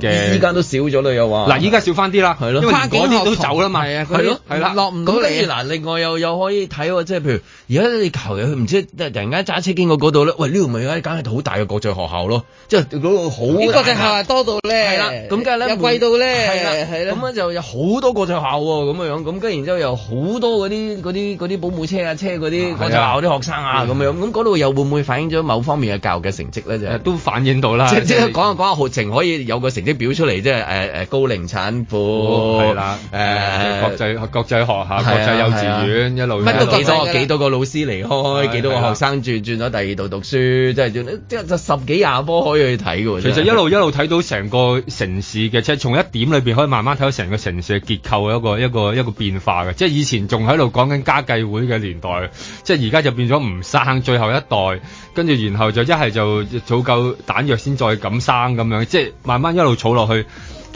S3: 嘅，
S7: 依家都少咗啦，又話
S3: 嗱依家少翻啲啦，
S7: 係咯
S3: 因為
S6: 跨
S3: 連
S6: 境
S3: 嗰啲
S6: 學
S3: 都
S6: 童
S3: 走啦嘛，
S6: 係啊嗰啲
S3: 係咯，係啦，
S6: 落唔到
S7: 咁跟住
S6: 嚟啊。
S7: 嗱，另外又又可以睇喎，即係譬如而家你求其去唔知突然間揸車經過嗰度咧，喂呢度咪有一間係好大嘅國際學校咯，即係嗰個好
S6: 呢個就
S7: 大
S6: 係話多到咧，
S7: 啊係啦，咁梗係咧，
S6: 啊又貴到咧，
S7: 係
S6: 係
S7: 啦，
S6: 啦
S7: 咁。樣就有好多國際學校喎，咁樣樣，咁跟住然之後有好多嗰啲嗰啲嗰啲保姆車啊、車嗰啲國際學校啲學生
S6: 嗯
S7: 啊，咁樣，咁嗰度又會唔會反映咗某方面嘅教育嘅成績咧？就
S3: 誒
S7: 係
S3: 都反映
S6: 啊
S3: 到啦，
S7: 即即係
S3: 係哦
S7: 講下講下，浩晴可以有個成績表出嚟，即係誒誒高齡產
S6: 哦
S7: 婦，
S3: 係啦，誒、
S7: 哦誒
S3: 國際國際學校、
S7: 啊
S3: 國際幼稚園一路
S6: 乜
S3: 一
S6: 都
S3: 路
S6: 國
S7: 幾
S6: 際㗎
S7: 多
S6: 啦
S7: 幾多個老師離
S3: 係
S7: 開，幾多個
S3: 係啦
S7: 學生轉轉咗第二度讀書，即係轉即係就十幾廿波可以去睇嘅喎。
S3: 其實
S7: 真
S3: 一
S7: 係
S3: 路一路睇到成個城市嘅，即係從一點裏邊可以慢慢睇到成個城市嘅結構嘅一個一個一個變化嘅。即係以前仲喺度講緊家計會嘅年代，即係而家就變咗唔生最後一代，跟住然後就一係就儲夠彈藥先再咁生咁樣，即係慢慢一路儲落去。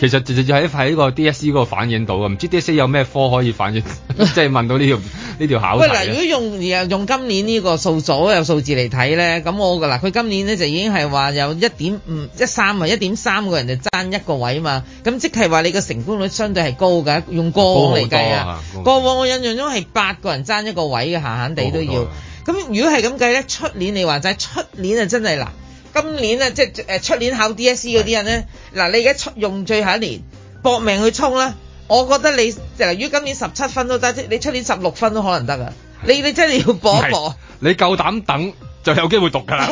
S3: 其實就就喺喺個 DSE E 嗰度反映到嘅，唔知 DSE 有咩科可以反映， 即係問到呢條呢條考題
S6: 喂嗱，如
S3: 啊
S6: 果用用今年呢個數組有數字嚟睇咧，咁我嗱佢今年咧就已經係話有一點五一三啊，一點三個人就爭一個位嘛，咁即係話你個成功率相對係高㗎，用過往嚟計啊
S3: 高好多啊，
S6: 過往我印象中係八個人爭一個位嘅，閒閒地都
S3: 高好
S6: 要
S3: 多啊。
S6: 咁如果係咁計咧，出年你話齋，出年啊真係嗱，今年啊即係誒出年考 DSE 嗰啲人咧，嗱你而家出用最後一年搏命去衝啦，我覺得你嗱如果今年十七分都得，即係你出年十六分都可能得啊！你你真係要搏一 搏。
S3: 你夠膽等就有機會讀㗎 啦，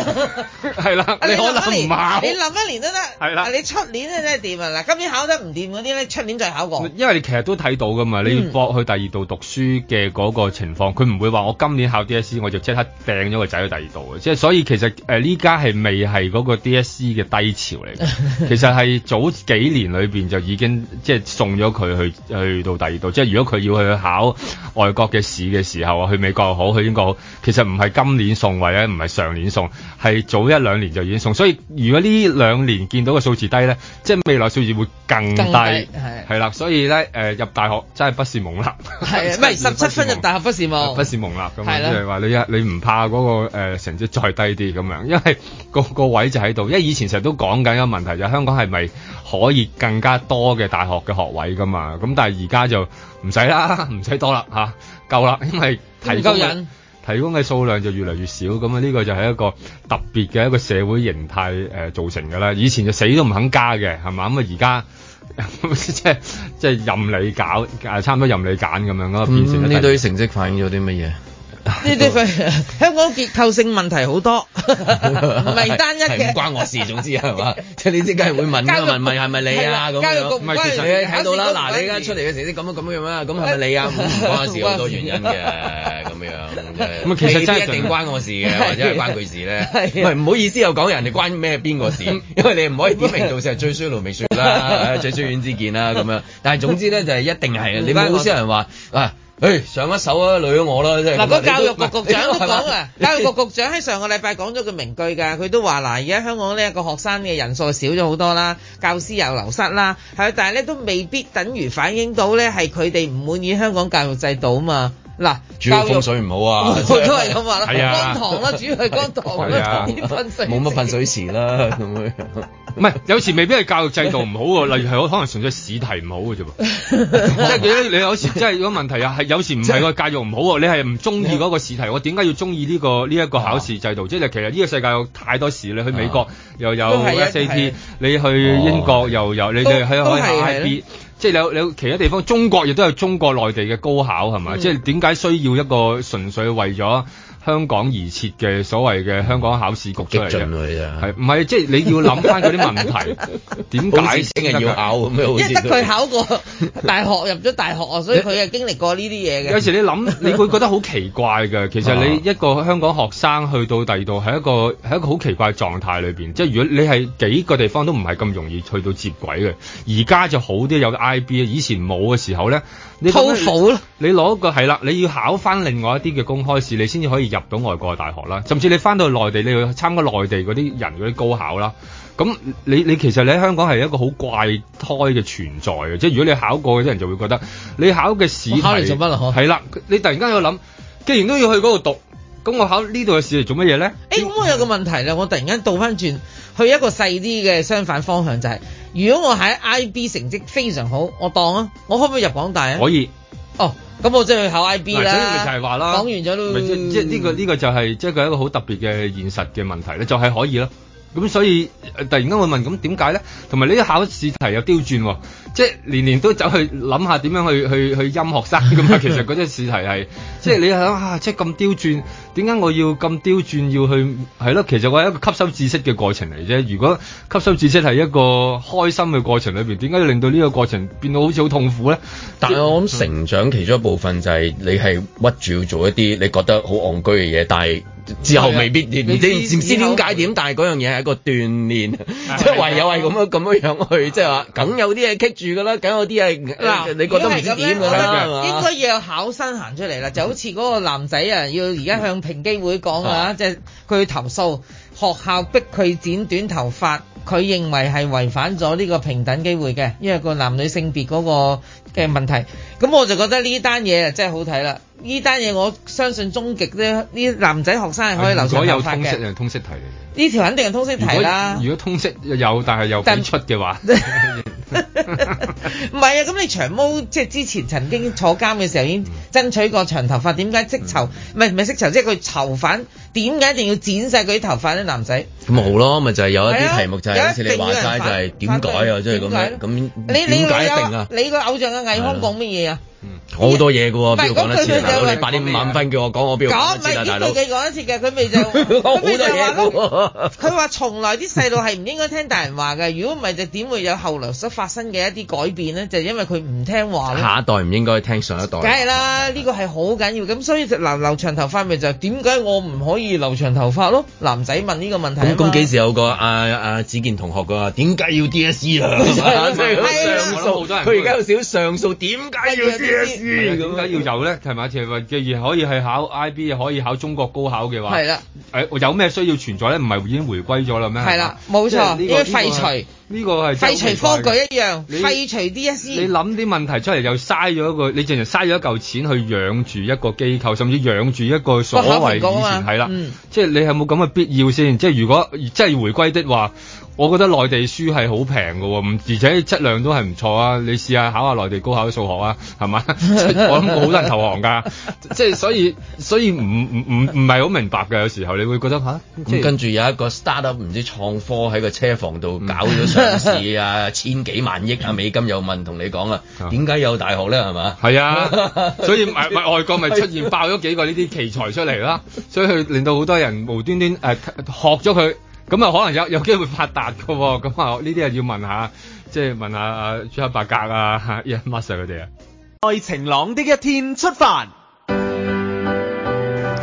S3: 係啦，
S6: 啊
S3: 你可能
S6: 諗一年
S3: 唔考
S6: 你。諗一年都得，
S3: 係啦
S6: 啊你出年咧真係掂啊！嗱，今年考得唔掂嗰啲咧，出年再 考過。
S3: 因為你其實都睇到噶嘛，
S6: 嗯
S3: 你要搏去第二度讀書嘅嗰個情況，佢唔會話我今年考 DSE 我就即刻掟咗個仔去第二度嘅，即係所以其實誒呢家係未係嗰個 DSE 嘅低潮嚟 嘅，其實係早幾年裏邊就已經即係送咗佢去去到第二度，即係如果佢要去考外國嘅試嘅時候啊，去美國又好，去英國又好，其實唔係今年送或者唔係上年送，係早一兩年就已經送，所以如果呢兩年見到個數字低咧，即係未來數字會更低，
S6: 更低係
S3: 係啦，所以咧誒、入大學真係不是夢啦，
S6: 係啊，唔係十七分入大學不是
S3: 夢，呃不
S6: 冇。
S3: 是夢啦咁
S6: 係
S3: 樣，
S6: 啦
S3: 即係話你啊你唔怕嗰、個、誒成績再低啲咁樣，因為 個個位就喺度，因為以前成日都講緊一個問題就係香港係咪可以更加多嘅大學嘅學位噶嘛，咁但係而家就唔使啦， 唔使多啦嚇、夠啦，因為提供
S6: 唔夠
S3: 嘅
S6: 人
S3: 提供嘅數量就越嚟越少，咁啊呢個就係一個特別嘅一個社會形態誒、呃造成㗎啦。以前就死都唔肯加嘅，係嘛？咁啊而家 即係即係任你搞，誒差唔多任你揀咁樣
S7: 嗯
S6: 嗯
S3: 咯，變成
S2: 咁
S3: 咗
S2: 呢
S3: 第二
S2: 堆成績反映咗啲乜嘢？
S6: 呢啲佢 香港結構性問題好多，唔係單一
S2: 係唔
S6: 嘅。
S2: 關我事，總之係嘛？ 即係你即係梗係會問
S6: 教
S2: 啦，
S6: 育局
S2: 問問係咪你啊咁
S6: 教育
S2: 樣
S6: 局。唔
S3: 唔係
S6: 關
S3: 其
S2: 你
S3: 實
S2: 睇到啦，
S6: 考試
S2: 嗱，
S6: 局
S2: 你而家出嚟嘅成績咁樣咁樣咁啊，咁係咪你啊？唔 關事，好多原因嘅咁樣。
S3: 咁其實真係
S2: 未必一定關我事 嘅，或者係關佢事咧。
S6: 係啊
S2: 唔係唔好意思，又講人哋關咩邊 個事，因為你唔可以點名道姓係最衰盧明雪啦，最衰阮之健啦咁樣。但係總之咧就係一定係啊，你好少人話啊。誒上一手啊，累咗我啦，即係咁
S6: 嗱，
S2: 啊
S6: 個教
S2: 你
S6: 育局
S2: 都
S6: 局長都
S2: 係嘛
S6: 講 啊，教育局局長喺上個禮拜講咗句名句㗎，佢都話嗱，而家香港呢個學生嘅人數少咗好多啦，教師又流失啦，係，但係咧都未必等於反映到咧係佢哋唔滿意香港教育制度啊嘛。嗱，
S2: 主要
S6: 教育
S2: 風水唔好啊，
S6: 我都係咁話啦，
S3: 係啊
S6: 乾塘啦，主要係乾塘
S3: 係
S6: 啦
S3: 啊，
S6: 啲噴水
S2: 冇乜噴水池 啦，咁樣。
S3: 唔係，有時未必係教育制度唔好喎，例如係可能純粹試題唔好嘅啫喎， 即係佢你有時即係如果問題啊，係有時唔係個教育唔好喎，你係唔中意嗰個試題，我點解要中意呢個呢一個考試制度？即係其實呢個世界有太多事，你去美國又有
S6: 啊都係啊係
S3: SAT，你去英國又有，你哋去
S6: 都都係
S3: 去考
S6: 係咯
S3: IB。即係你有你有其他地方，中國亦都有中國內地嘅高考係嘛？
S6: 嗯
S3: 即係點解需要一個純粹為咗香港而設嘅所謂嘅香港考試局出嚟
S2: 激
S3: 嘅
S2: 進佢啊
S3: 係唔係？即係你要諗翻嗰啲問題，點
S2: 好
S3: 解
S2: 似
S3: 先
S2: 先
S3: 得
S2: 係要
S3: 㗎？
S2: 拗咁樣，好
S6: 因
S2: 似
S6: 為得佢考過 大學入咗大學啊，所以佢係經歷過呢啲嘢
S3: 有
S6: 嘅。啊
S3: 時你 諗，你會覺得好奇怪嘅。其實你一個香港學生去到第二度，係一個係一個好奇怪嘅狀態裏邊。即係如果你係幾個地方都唔係咁容易去到接軌嘅，而家就好啲有 IB 以前冇嘅時候咧，你覺得
S6: TOEFL 啦
S3: 你攞個係啦，你要考翻另外一啲嘅公開試，你先至可以入到外國嘅大學啦。甚至你翻到內地，你要參加內地嗰啲人嗰啲高考啦。咁你你其實你喺香港係一個好怪胎嘅存在嘅，即係如果你考過嘅啲人就會覺得你考嘅試
S6: 我考嚟
S3: 題
S6: 做乜啊呵
S3: 係啦，你突然間要諗，既然都要去嗰度讀，咁我考呢度嘅試嚟做乜嘢咧？
S6: 誒，咁我有個問題啦，我突然間倒翻轉去一個細啲嘅相反方向，就係、如果我喺 IB 成績非常好，我當啊，我可唔可以入港大啊？
S3: 可以。
S6: 哦，咁我即係去考
S3: 嗱
S6: IB
S3: 所以
S6: 啦。
S3: 咪就係話啦，
S6: 講完咗咯。
S3: 咪即即係呢個呢、個就係即係佢一個好特別嘅現實嘅問題咧，就係、可以啦。咁所以呃突然間會問咁點解咧？同埋呢啲考試題又刁轉喎，即係年年都走去諗下點樣去去去陰學生咁 啊！其實嗰啲試題係即係你諗啊，即係咁刁轉，點解我要咁刁轉要去係咯？其實我係一個吸收知識嘅過程嚟啫。如果吸收知識係一個開心嘅過程裏邊，點解要令到呢個過程變到好似好痛苦咧？
S2: 但係我諗成長其中一部分就係你係屈住要做一啲你覺得好戇居嘅嘢，但係之後未必你
S6: 你
S2: 你
S6: 知
S2: 唔知點解點，但係嗰樣嘢係一個鍛 鍊，即係唯有係咁樣咁樣樣去，即係話梗有啲嘢棘住㗎啦，梗有啲係
S6: 嗱，
S2: 誒你覺得唔知點㗎
S7: 啊
S6: 呃如果係咁
S2: 啦，
S6: 呢
S2: 係
S6: 我
S2: 嘛
S6: 覺得應該要有考生行出嚟啦，就好似嗰個男仔啊，要而家向平機會講啊，即係佢投訴學校逼佢剪短頭髮，佢認為係違反咗呢個平等機會嘅，因為個男女性別嗰個嘅問題。咁我就覺得呢單嘢啊真係好睇啦！呢單嘢我相信終極呢，呢男仔學生係可以留
S3: 如
S6: 長
S3: 果有
S6: 頭髮
S3: 通識
S6: 嘅。
S3: 就通識題嚟
S6: 呢條肯定係通識
S3: 嘅。
S6: 題啦
S3: 如果。如果通識有，但係又
S6: 但
S3: 俾出嘅 話，
S6: 唔係啊，咁你長毛即係之前曾經坐監嘅時候已
S7: 嗯
S6: 經爭取過長頭髮，點解釋囚唔係唔係釋囚，即係佢囚犯點解一定要剪晒佢啲頭髮咧？男仔
S7: 咁咪好咯，咪就係有一
S6: 係啊
S7: 啲題目就係好似你話齋，就係點改啊，即係咁樣咁
S6: 你你
S7: 點解一定啊？
S6: 你你個偶像嘅倪匡講乜嘢啊？
S7: 我好多嘢嘅喎，邊度講得切
S6: 唔
S7: 啊？
S6: 係
S7: 大
S6: 咁佢佢就
S7: 佬你八點五萬分叫我講，我邊度
S6: 講
S7: 講
S6: 唔
S7: 得切
S6: 係
S7: 啊？大
S6: 呢
S7: 佬
S6: 句佢講一次嘅，佢咪就
S7: 好啊多
S6: 佢咪就話
S7: 嘢
S6: 咯。
S7: 嘅
S6: 佢話從來啲細路係唔應該聽大人話嘅，如果唔係就點會有後來所發生嘅一啲改變咧？就因為佢唔聽話
S7: 喎，
S6: 咯。
S7: 下一代唔應該聽上一代。
S6: 梗係啦，呢個係好緊要，咁所以就留留長頭髮咪就係點解我唔可以留長頭髮咯？男仔問呢個問題啊
S7: 咁咁幾
S6: 時？
S7: 時有個阿阿子健同學嘅話，點解要 DSE 啊？
S6: 係啦
S7: 即係
S6: 係啊啦
S7: 佢上訴，佢而家有少少上訴，點解要 E？DSE
S3: 啊
S6: E
S3: 點
S6: 啊
S3: 解
S7: 咁樣？
S3: 要有咧？係咪？其實既然可以去考 IB，可以考中國高考嘅話，
S6: 係啦，
S3: 誒有咩需要存在咧？唔係已經回歸咗啦咩？
S6: 係啦冇錯
S3: 即係呢個
S6: 應該廢除
S3: 呢個係呢個係真係
S6: 廢除科舉一樣，
S3: 你
S6: 廢除
S3: 你
S6: DSE，
S3: 諗啲問題出嚟又嘥咗一個，你淨係嘥咗一嚿錢去養住一個機構，甚至養住一個所
S6: 個考
S3: 謂
S6: 評
S3: 以
S6: 局啊嘛
S3: 前係啦，
S6: 嗯
S3: 即係你有冇咁嘅必要先？即係如果真係回歸的話，我覺得內地書係好平嘅喎，唔而且質量都係唔錯啊！你試下考下內地高考數學啊，係 嘛？我諗好多人投降㗎，即係所以所以唔唔唔唔係好明白嘅，有時候你會覺得吓，即
S7: 咁
S3: 係
S7: 跟住有一個 startup 唔知創科喺個車房度搞咗上市啊，千幾萬億啊美金又問同你講啊，點解有大學咧係嘛？
S3: 係啊，所以咪咪外國咪出現爆咗幾個呢啲奇才出嚟啦，所以佢令到好多人無端端誒、呃學咗佢，咁啊可能有有 機會發達㗎喎，咁啊呢啲啊要問下，即係問下啊朱克伯格啊、 伊恩馬斯佢哋啊。
S4: 在晴朗的一天出發。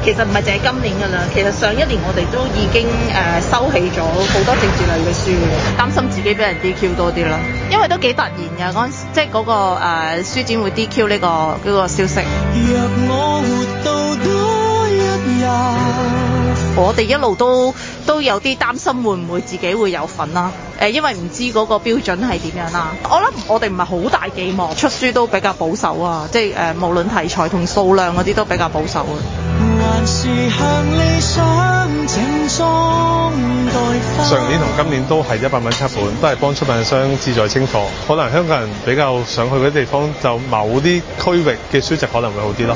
S9: 其實唔係淨係今年㗎啦，其實上一年我哋都已經誒、呃收起咗好多政治類嘅書，擔心自己俾人 DQ 多啲啦。因為都幾突然㗎，嗰陣時即係嗰、個誒、呃、書展會 DQ 呢、個嗰、個消息。我哋一路都都有啲擔心會唔會自己會有份啦、誒、因為唔知嗰個標準係點樣啦、我諗我哋唔係好大寄望，出書都比較保守啊，即係誒、無論題材同數量嗰啲都比較保守啊。
S10: 上年同今年都係一百蚊七本，都係幫出版商志在清貨。可能香港人比較想去嗰啲地方，就某啲區域嘅書籍可能會好啲咯。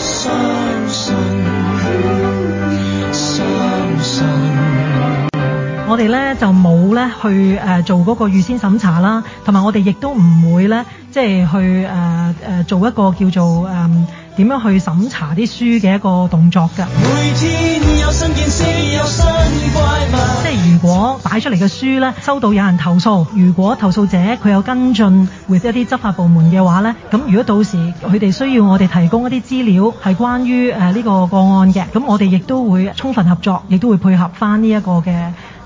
S11: 我哋咧就冇咧去誒、呃做嗰個預先審查啦，同埋我哋亦都唔會咧即係去誒誒、呃呃做一個叫做誒點、樣去審查啲書嘅一個動作㗎。即係如果擺出嚟嘅書咧，收到有人投訴，如果投訴者佢有跟進 with 一啲執法部門嘅話咧，咁如果到時佢哋需要我哋提供一啲資料係關於誒呢個個案嘅，咁我哋亦都會充分合作，亦都會配合翻呢一個嘅誒、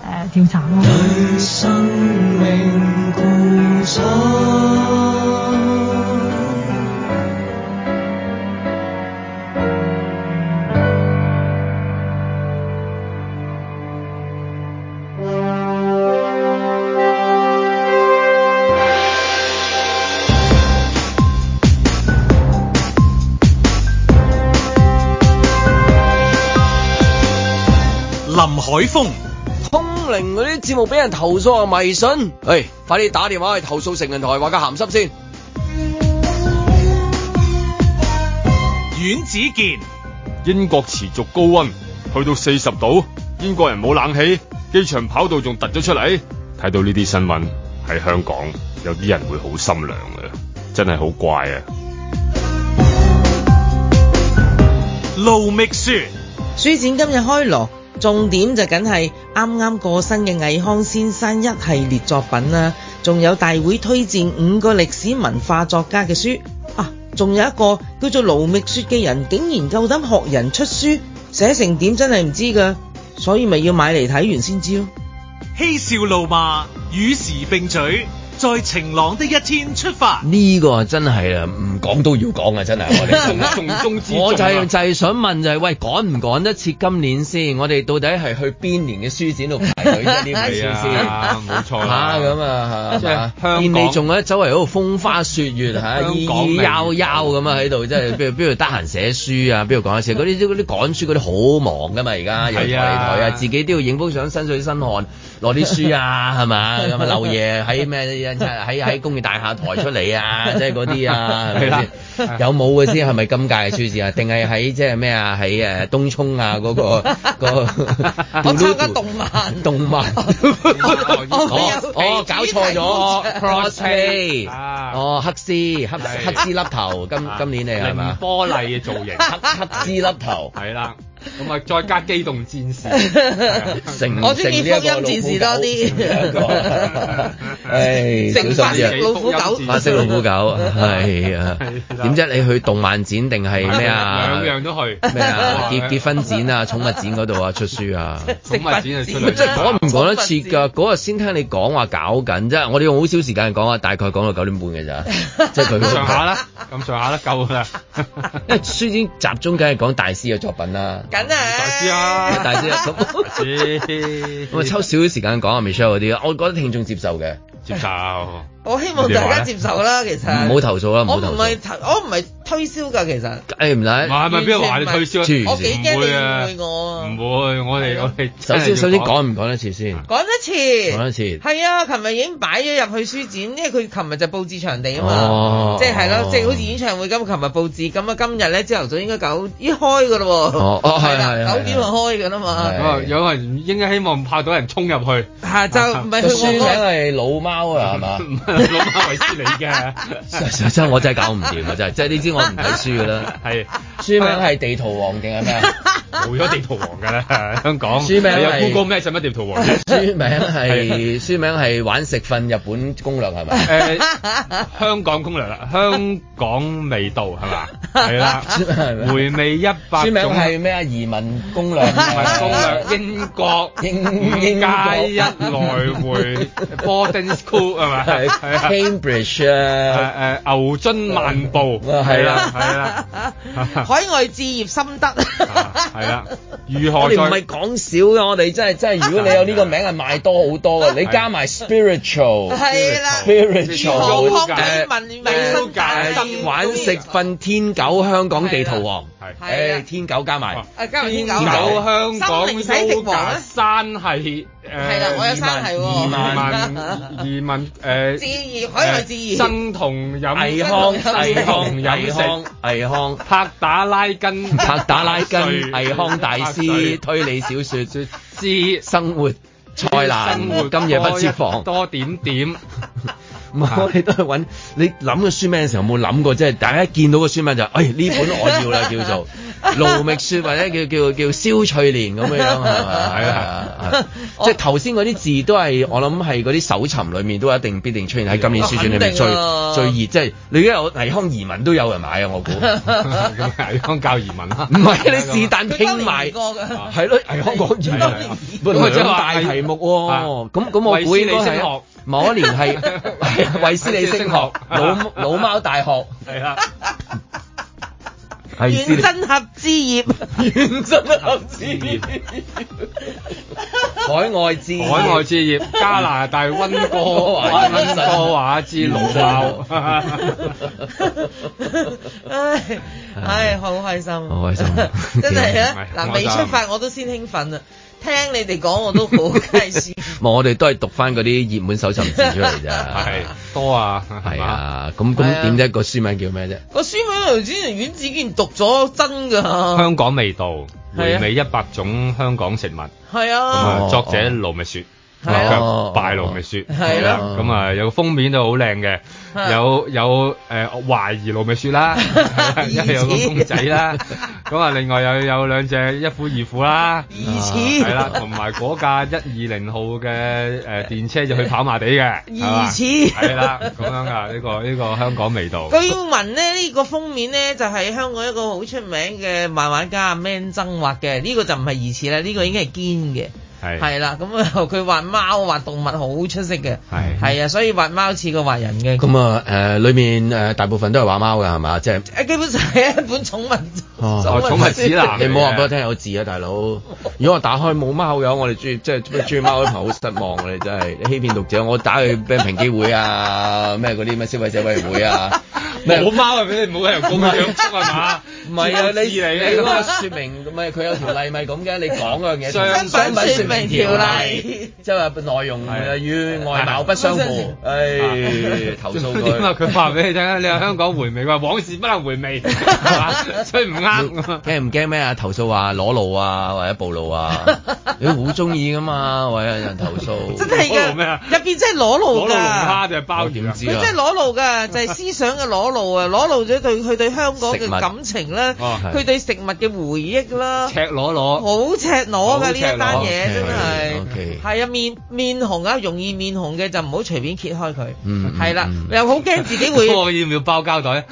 S11: 呃、調查咯。
S1: 林海峰、
S7: 通靈嗰啲節目俾人投訴啊迷信，誒快啲打電話去投訴成人台話佢鹹濕先。
S1: 阮子健、
S5: 英國持續高温，去到四十度，英國人冇冷氣，機場跑道仲突咗出嚟。睇到呢啲新聞喺香港，有啲人會好心涼啊，真係好怪啊！
S1: 盧覓雪、
S6: 書展今日開鑼，重點就梗係啱啱過身嘅倪匡先生一系列作品啦，仲有大會推薦五個歷史文化作家嘅書啊，仲有一個叫做盧覓雪嘅人，竟然夠膽學人出書，啊寫成點真係唔知㗎，所以咪要買嚟睇完先知咯。
S1: 嬉笑怒罵，與時並舉，在晴朗的一天出發。
S7: 呢個真係啊，唔講都要講啊！真係我 哋
S3: 重中之重啊
S7: 我就係、就係想問就係、喂，趕唔趕得切今年先？我哋到底係去邊年嘅書展度排排隊啫，呢位先
S3: 係啊冇錯啦
S7: 嚇咁啊，
S3: 即係
S7: 嘛
S3: 香港
S7: 見你仲喺周圍嗰度風花雪月嚇，
S3: 香
S7: 依
S3: 港
S7: 依
S3: 味
S7: 幽幽咁啊喺度，即係邊度邊度得閒寫書啊，邊度講下寫嗰啲嗰啲趕書嗰啲好忙噶嘛，而家又台
S3: 係啊
S7: 台啊，自己都要影幅相，身水身汗，攞啲書啊，係嘛咁啊漏夜喺咩喺喺工業大廈抬出嚟啊，即係嗰啲啊，係
S3: 係
S7: 咪
S3: 啦
S7: 先？有冇嘅先係咪今屆嘅書展啊？定係喺即係咩啊？喺誒東涌啊嗰個嗰個
S6: 啊我參加動漫。
S7: 動漫，哦哦搞錯咗
S6: Crossplay
S7: crossplay，哦
S3: 啊
S7: 黑絲黑黑絲粒頭，今今年你係嘛
S3: 凌？波麗嘅造型
S7: 黑黑絲粒頭，
S3: 係啦，咁啊再加機動戰士，
S7: 成
S6: 我中意
S7: 嗯成呢一個
S6: 福音戰士多啲
S7: 老虎狗 唉，
S6: 成
S7: 小
S6: 法
S7: 心
S6: 式
S7: 啲啊
S6: 老虎狗，
S7: 法式老虎狗係啊
S3: 係，啦
S7: 點啫？你去動漫展定係咩啊？
S3: 兩樣都去
S7: 咩啊？
S3: 哇
S7: 結結婚展啊，寵物展嗰度啊，出書啊。
S3: 寵物展就出
S7: 喂
S3: 嚟，
S7: 真係 講唔講得切
S6: 寵
S7: 㗎？嗰日先聽你講話搞緊啫，我哋用好少時間講啊，大概講到九點半嘅咋， 即係佢嗰個
S3: 上 下啦，咁上下啦，夠啦，
S7: 因為書展集中梗係講大師嘅作品啦，
S6: 梗係
S3: 大師啊
S7: 大師啊 咁
S3: 知
S7: 咁啊抽少少時間講下 Michelle 嗰啲啦，我覺得聽眾接受嘅，
S3: 接受。
S6: 我希望大家接受啦，其實
S7: 唔好投訴啦，唔
S6: 嗯我
S7: 好投
S6: 唔
S7: 訴
S6: 係。投，我唔係推銷㗎，其實
S7: 誒唔
S3: 唔係
S7: 使，
S3: 咪邊個話你推銷
S7: 黐
S3: 啊？
S7: 線
S6: 我幾驚你
S3: 唔會啊
S6: 誤會我啊
S3: 唔！會，我哋我哋
S7: 首
S3: 真係要
S7: 先首先講唔講得切先？
S6: 講一次，
S7: 講一次
S6: 係啊！琴日已經擺咗入去書展，因為佢琴日就佈置場地啊
S7: 哦
S6: 嘛，即係係
S7: 哦
S6: 咯，即係好似演唱會咁，琴日佈置，咁啊今日咧朝頭早應該九已開噶咯喎，
S7: 哦哦係
S6: 啦
S7: 係係
S6: 九點就開噶啦嘛
S7: 係，
S3: 啊有人應該希望拍到人衝入去，
S6: 下晝唔係
S7: 個
S6: 去
S7: 書名
S6: 旺角
S7: 係老貓啊，係 嘛？
S3: 唔係攞馬維斯嚟嘅，
S7: 真真我真係搞唔掂啊！真係，即係你知我唔睇書㗎啦。
S3: 係
S7: 書名係地圖王定係咩啊？
S3: 冇咗地圖王㗎 啦，香港。
S7: 書名
S3: 你有
S7: 係
S3: Google 咩？使乜地圖王啫？
S7: 書名係書名係玩食瞓日本攻略係咪？
S3: 誒，香港攻略啦，香港味道係嘛？係啦，回味一百
S7: 書
S3: 種
S7: 名係咩啊？移民攻略，
S3: 唔係攻略，英國
S7: 英英
S3: 街一來回 boarding school 係咪？
S7: 係
S3: 係啊。
S7: Cambridge 啊，
S3: 誒誒牛津漫步
S7: 啊係啦
S3: 係啦係啦，
S6: 海外置業心得，
S3: 啊係啦，如
S7: 我
S3: 何
S7: 哋
S3: 再
S7: 唔係講少嘅，我哋真係真係，如果你有呢個名係賣多好多嘅，你加埋 spiritual。
S6: 係啦，
S7: spiritual
S6: 健康
S7: 誒
S6: 文明
S3: 誒
S6: 生態
S7: 誒玩食瞓天狗香港地圖王，
S3: 係
S6: 係
S7: 誒
S6: 啊
S7: 天狗加埋
S3: 哦
S6: 啊，加埋天狗，
S3: 有香港
S6: 心靈洗滌王啊
S3: Yoga 山係誒
S6: 係啦，我有山係
S3: 移民移
S6: 喎，
S3: 民誒
S6: 置業海外置業，
S3: 生同
S7: 倪
S3: 飲
S7: 康、倪康、
S3: 生同
S7: 倪
S3: 飲
S7: 康
S3: 食、
S7: 倪康。
S3: 拍打拉筋
S7: 拍打拉 筋，
S3: 拍
S7: 倪康大師
S3: 拍
S7: 推理小説，
S3: 水知
S7: 生活菜
S3: 生活
S7: 難，今夜不設防。
S3: 多點點。
S7: 唔
S6: 啊
S7: 係，我哋都係揾你諗個書名嘅時候，有冇諗過即係大家見到個書名就，哎呢本我要啦，叫 做盧覓雪或者叫叫叫蕭翠蓮咁樣樣係咪？
S3: 係
S7: 啊，
S6: 哦
S7: 即係頭先嗰啲字都係我諗係嗰啲搜尋裡面都一定必定出現喺今年書展裏面最最
S6: 肯定啊
S7: 熱，即係你而家有倪康移民都有人買啊，我估。
S3: 咁倪康教移民啦，
S7: 唔係你是但
S6: 佢當
S7: 拼
S6: 年
S7: 埋
S6: 遇。過㗎
S7: 啊係咯，倪康講移
S3: 係
S7: 民
S3: 啊。
S7: 咁啊，兩大題目喎。咁咁，我估應該係啊某一年係 維斯利升學、老老貓大學、
S3: 係啦，
S7: 係
S6: 遠真合之業，
S7: 原真合資、海外資、
S3: 海外置業、加拿大温哥華、温哥華之老貓，
S6: 唉唉，好開心，
S7: 好開心
S6: 真係啊！
S3: 係
S6: 嗱，
S3: 我
S6: 未
S3: 就
S6: 出發我都先興奮啊！聽你哋講我都好介事，
S7: 我哋都係讀翻嗰啲熱門搜尋字出嚟 咋。
S3: 係多啊，係
S7: 係
S3: 嘛？
S7: 啊，咁咁點啫？個書名叫咩啫？
S6: 個書名頭先阮子健讀咗真㗎，
S3: 香港味道，
S6: 係
S3: 回
S6: 啊
S3: 味一百種香港食物。咁
S6: 係啊，
S7: 哦
S3: 啊，作者盧覓雪。
S6: 係
S7: 啊
S3: 腳拜盧覓雪，
S6: 係
S7: 啦
S3: 咁啊有個封面都好靚嘅，
S6: 係
S3: 有有呃誒懷疑盧覓雪啦， 因為有個公仔啦，咁啊另外有有兩隻一虎二虎啦，
S6: 疑似
S3: 係啦，同埋嗰架一二零號嘅誒電車就去跑馬地嘅，係嘛
S6: 疑似
S3: 係啦，咁樣啊，呢個呢個香港味道，
S6: 據聞咧，呢、個封面咧就係、香港一個好出名嘅漫畫家阿 Man 曾畫嘅，呢、個就唔係疑似啦，呢、個已經係堅嘅。
S3: 係
S6: 係啦，咁啊 佢畫貓畫動物好出色嘅，
S3: 係
S6: 係啊，所以畫貓似過畫人嘅。
S7: 咁啊誒，裏面誒大部分都係畫貓㗎係嘛？即係。
S6: 誒基本上係一本寵物
S7: 哦
S3: 寵物指南
S7: 你唔好話俾我聽有字啊，大佬！如果我打開冇貓友，我哋中意即係中意貓嘅朋友好失望，我哋真係 欺騙讀者。我打去咩平機會啊，咩嗰啲咩消費者委員會 啊，咩
S3: 冇貓啊，俾你冇人咁樣捉係嘛？
S7: 唔係啊，你
S3: 知你
S7: 你嗰個説明唔係佢有條例咪咁嘅，你講嗰樣嘢
S3: 商
S7: 同
S3: 商品
S6: 說明條例，
S7: 即係話內容
S3: 係
S7: 與外貌不相符，
S6: 啊
S7: 唉， 投訴
S3: 點啊？
S7: 佢。
S3: 佢話俾你聽啊，你喺香港回味，佢話往事不能回味，係嘛？所以唔啱。
S7: 驚唔驚咩啊？投訴話裸露啊，或者暴露 啊，你好中意噶嘛？或者有人投訴，
S6: 真係
S3: 裸露咩
S6: 嘅
S3: 啊，
S6: 入邊真係裸
S3: 攞
S6: 露
S3: 到龍蝦定係鮑
S6: 㗎。
S3: 魚
S7: 點
S3: 啊？
S7: 知
S6: 佢
S7: 啊？
S6: 真係裸露㗎，就係思想嘅裸露啊！裸露 咗對佢對香港
S7: 食
S6: 嘅
S7: 物
S6: 感情啦，
S3: 哦
S7: 係
S6: 佢對食物嘅回憶啦，
S3: 赤裸裸，
S6: 好赤裸㗎呢一單
S7: 哦
S3: 好赤裸
S6: 嘢真係
S7: OK，OK，
S6: 係啊面面紅啊，容易面紅嘅就唔好隨便揭開佢
S7: 嗯，
S6: 係啦
S7: 嗯，嗯
S6: 又好驚自己 會
S3: 我要唔要包膠袋？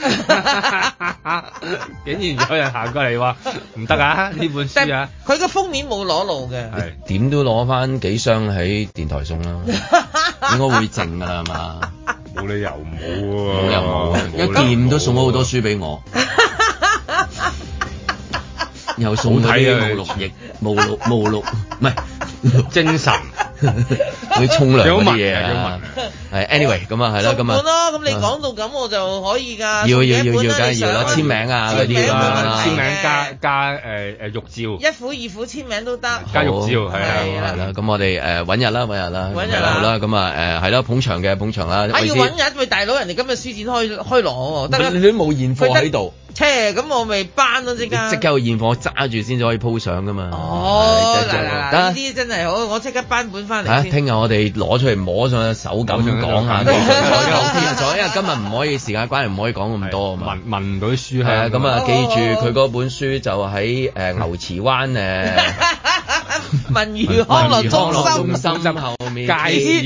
S3: 竟然有人行過嚟話唔得啊！呢本
S6: 但
S3: 書啊，
S6: 佢個封面冇裸露嘅，
S3: 係
S7: 點都攞翻幾箱喺電台送 啦，應該會剩㗎啦係嘛？
S5: 冇理由冇
S7: 冇又冇啊，一店都送咗好多書俾我。又送嗰啲無錄液、無錄無錄，唔係
S3: 精神。
S7: 佢沖涼嗰啲嘢啊。係 anyway 咁啊係啦，
S6: 送
S7: 咁啊
S6: 本咯，咁你講到咁我就可以㗎。
S7: 要
S6: 送幾
S7: 要要
S6: 本
S7: 要，
S6: 啦
S7: 梗
S6: 你
S7: 係要啦，
S6: 想
S7: 簽名啊嗰
S6: 簽
S7: 啲
S6: 名
S7: 咁樣啦
S6: 冇問
S3: 簽
S6: 題。
S3: 名加加誒誒玉照，
S6: 一虎二虎簽名都得。
S3: 加肉照
S7: 好
S3: 係啊
S7: 係啦
S6: 係，
S7: 咁我哋誒揾日啦，揾日啦，
S6: 揾日
S7: 係
S6: 啦
S7: 好啦，咁啊誒係啦，捧場嘅捧場啦，
S6: 啊要
S7: 為之
S6: 揾日，喂大佬，人哋今日書展開開鑼喎，得
S7: 你
S6: 啦。
S7: 你都冇現貨喺度，
S6: 切，咁我咪班咯即
S7: 你
S6: 刻。
S7: 即刻有現貨揸住先至可以 po 相噶嘛。
S6: 哦，
S7: 係
S6: 嗱
S7: 即係
S6: 嗱嗱，
S7: 得
S6: 呢啲真係好，我即刻班本翻
S7: 嚇！
S6: 嚟先。
S7: 聽日我哋攞出嚟摸上隻手咁講下，
S3: 摸上
S7: 我
S3: 隻手
S7: 哋偏咗，因為今日唔可以時間關係，唔可以講咁多啊嘛。
S3: 聞聞唔到
S7: 係
S3: 書
S7: 啊，
S3: 香
S7: 咁
S6: 好
S7: 啊，
S6: 好
S7: 記住
S6: 好
S7: 佢嗰本書就喺誒牛池灣誒
S6: 文娛康樂中
S7: 康樂
S6: 心。
S7: 中心後面
S3: 街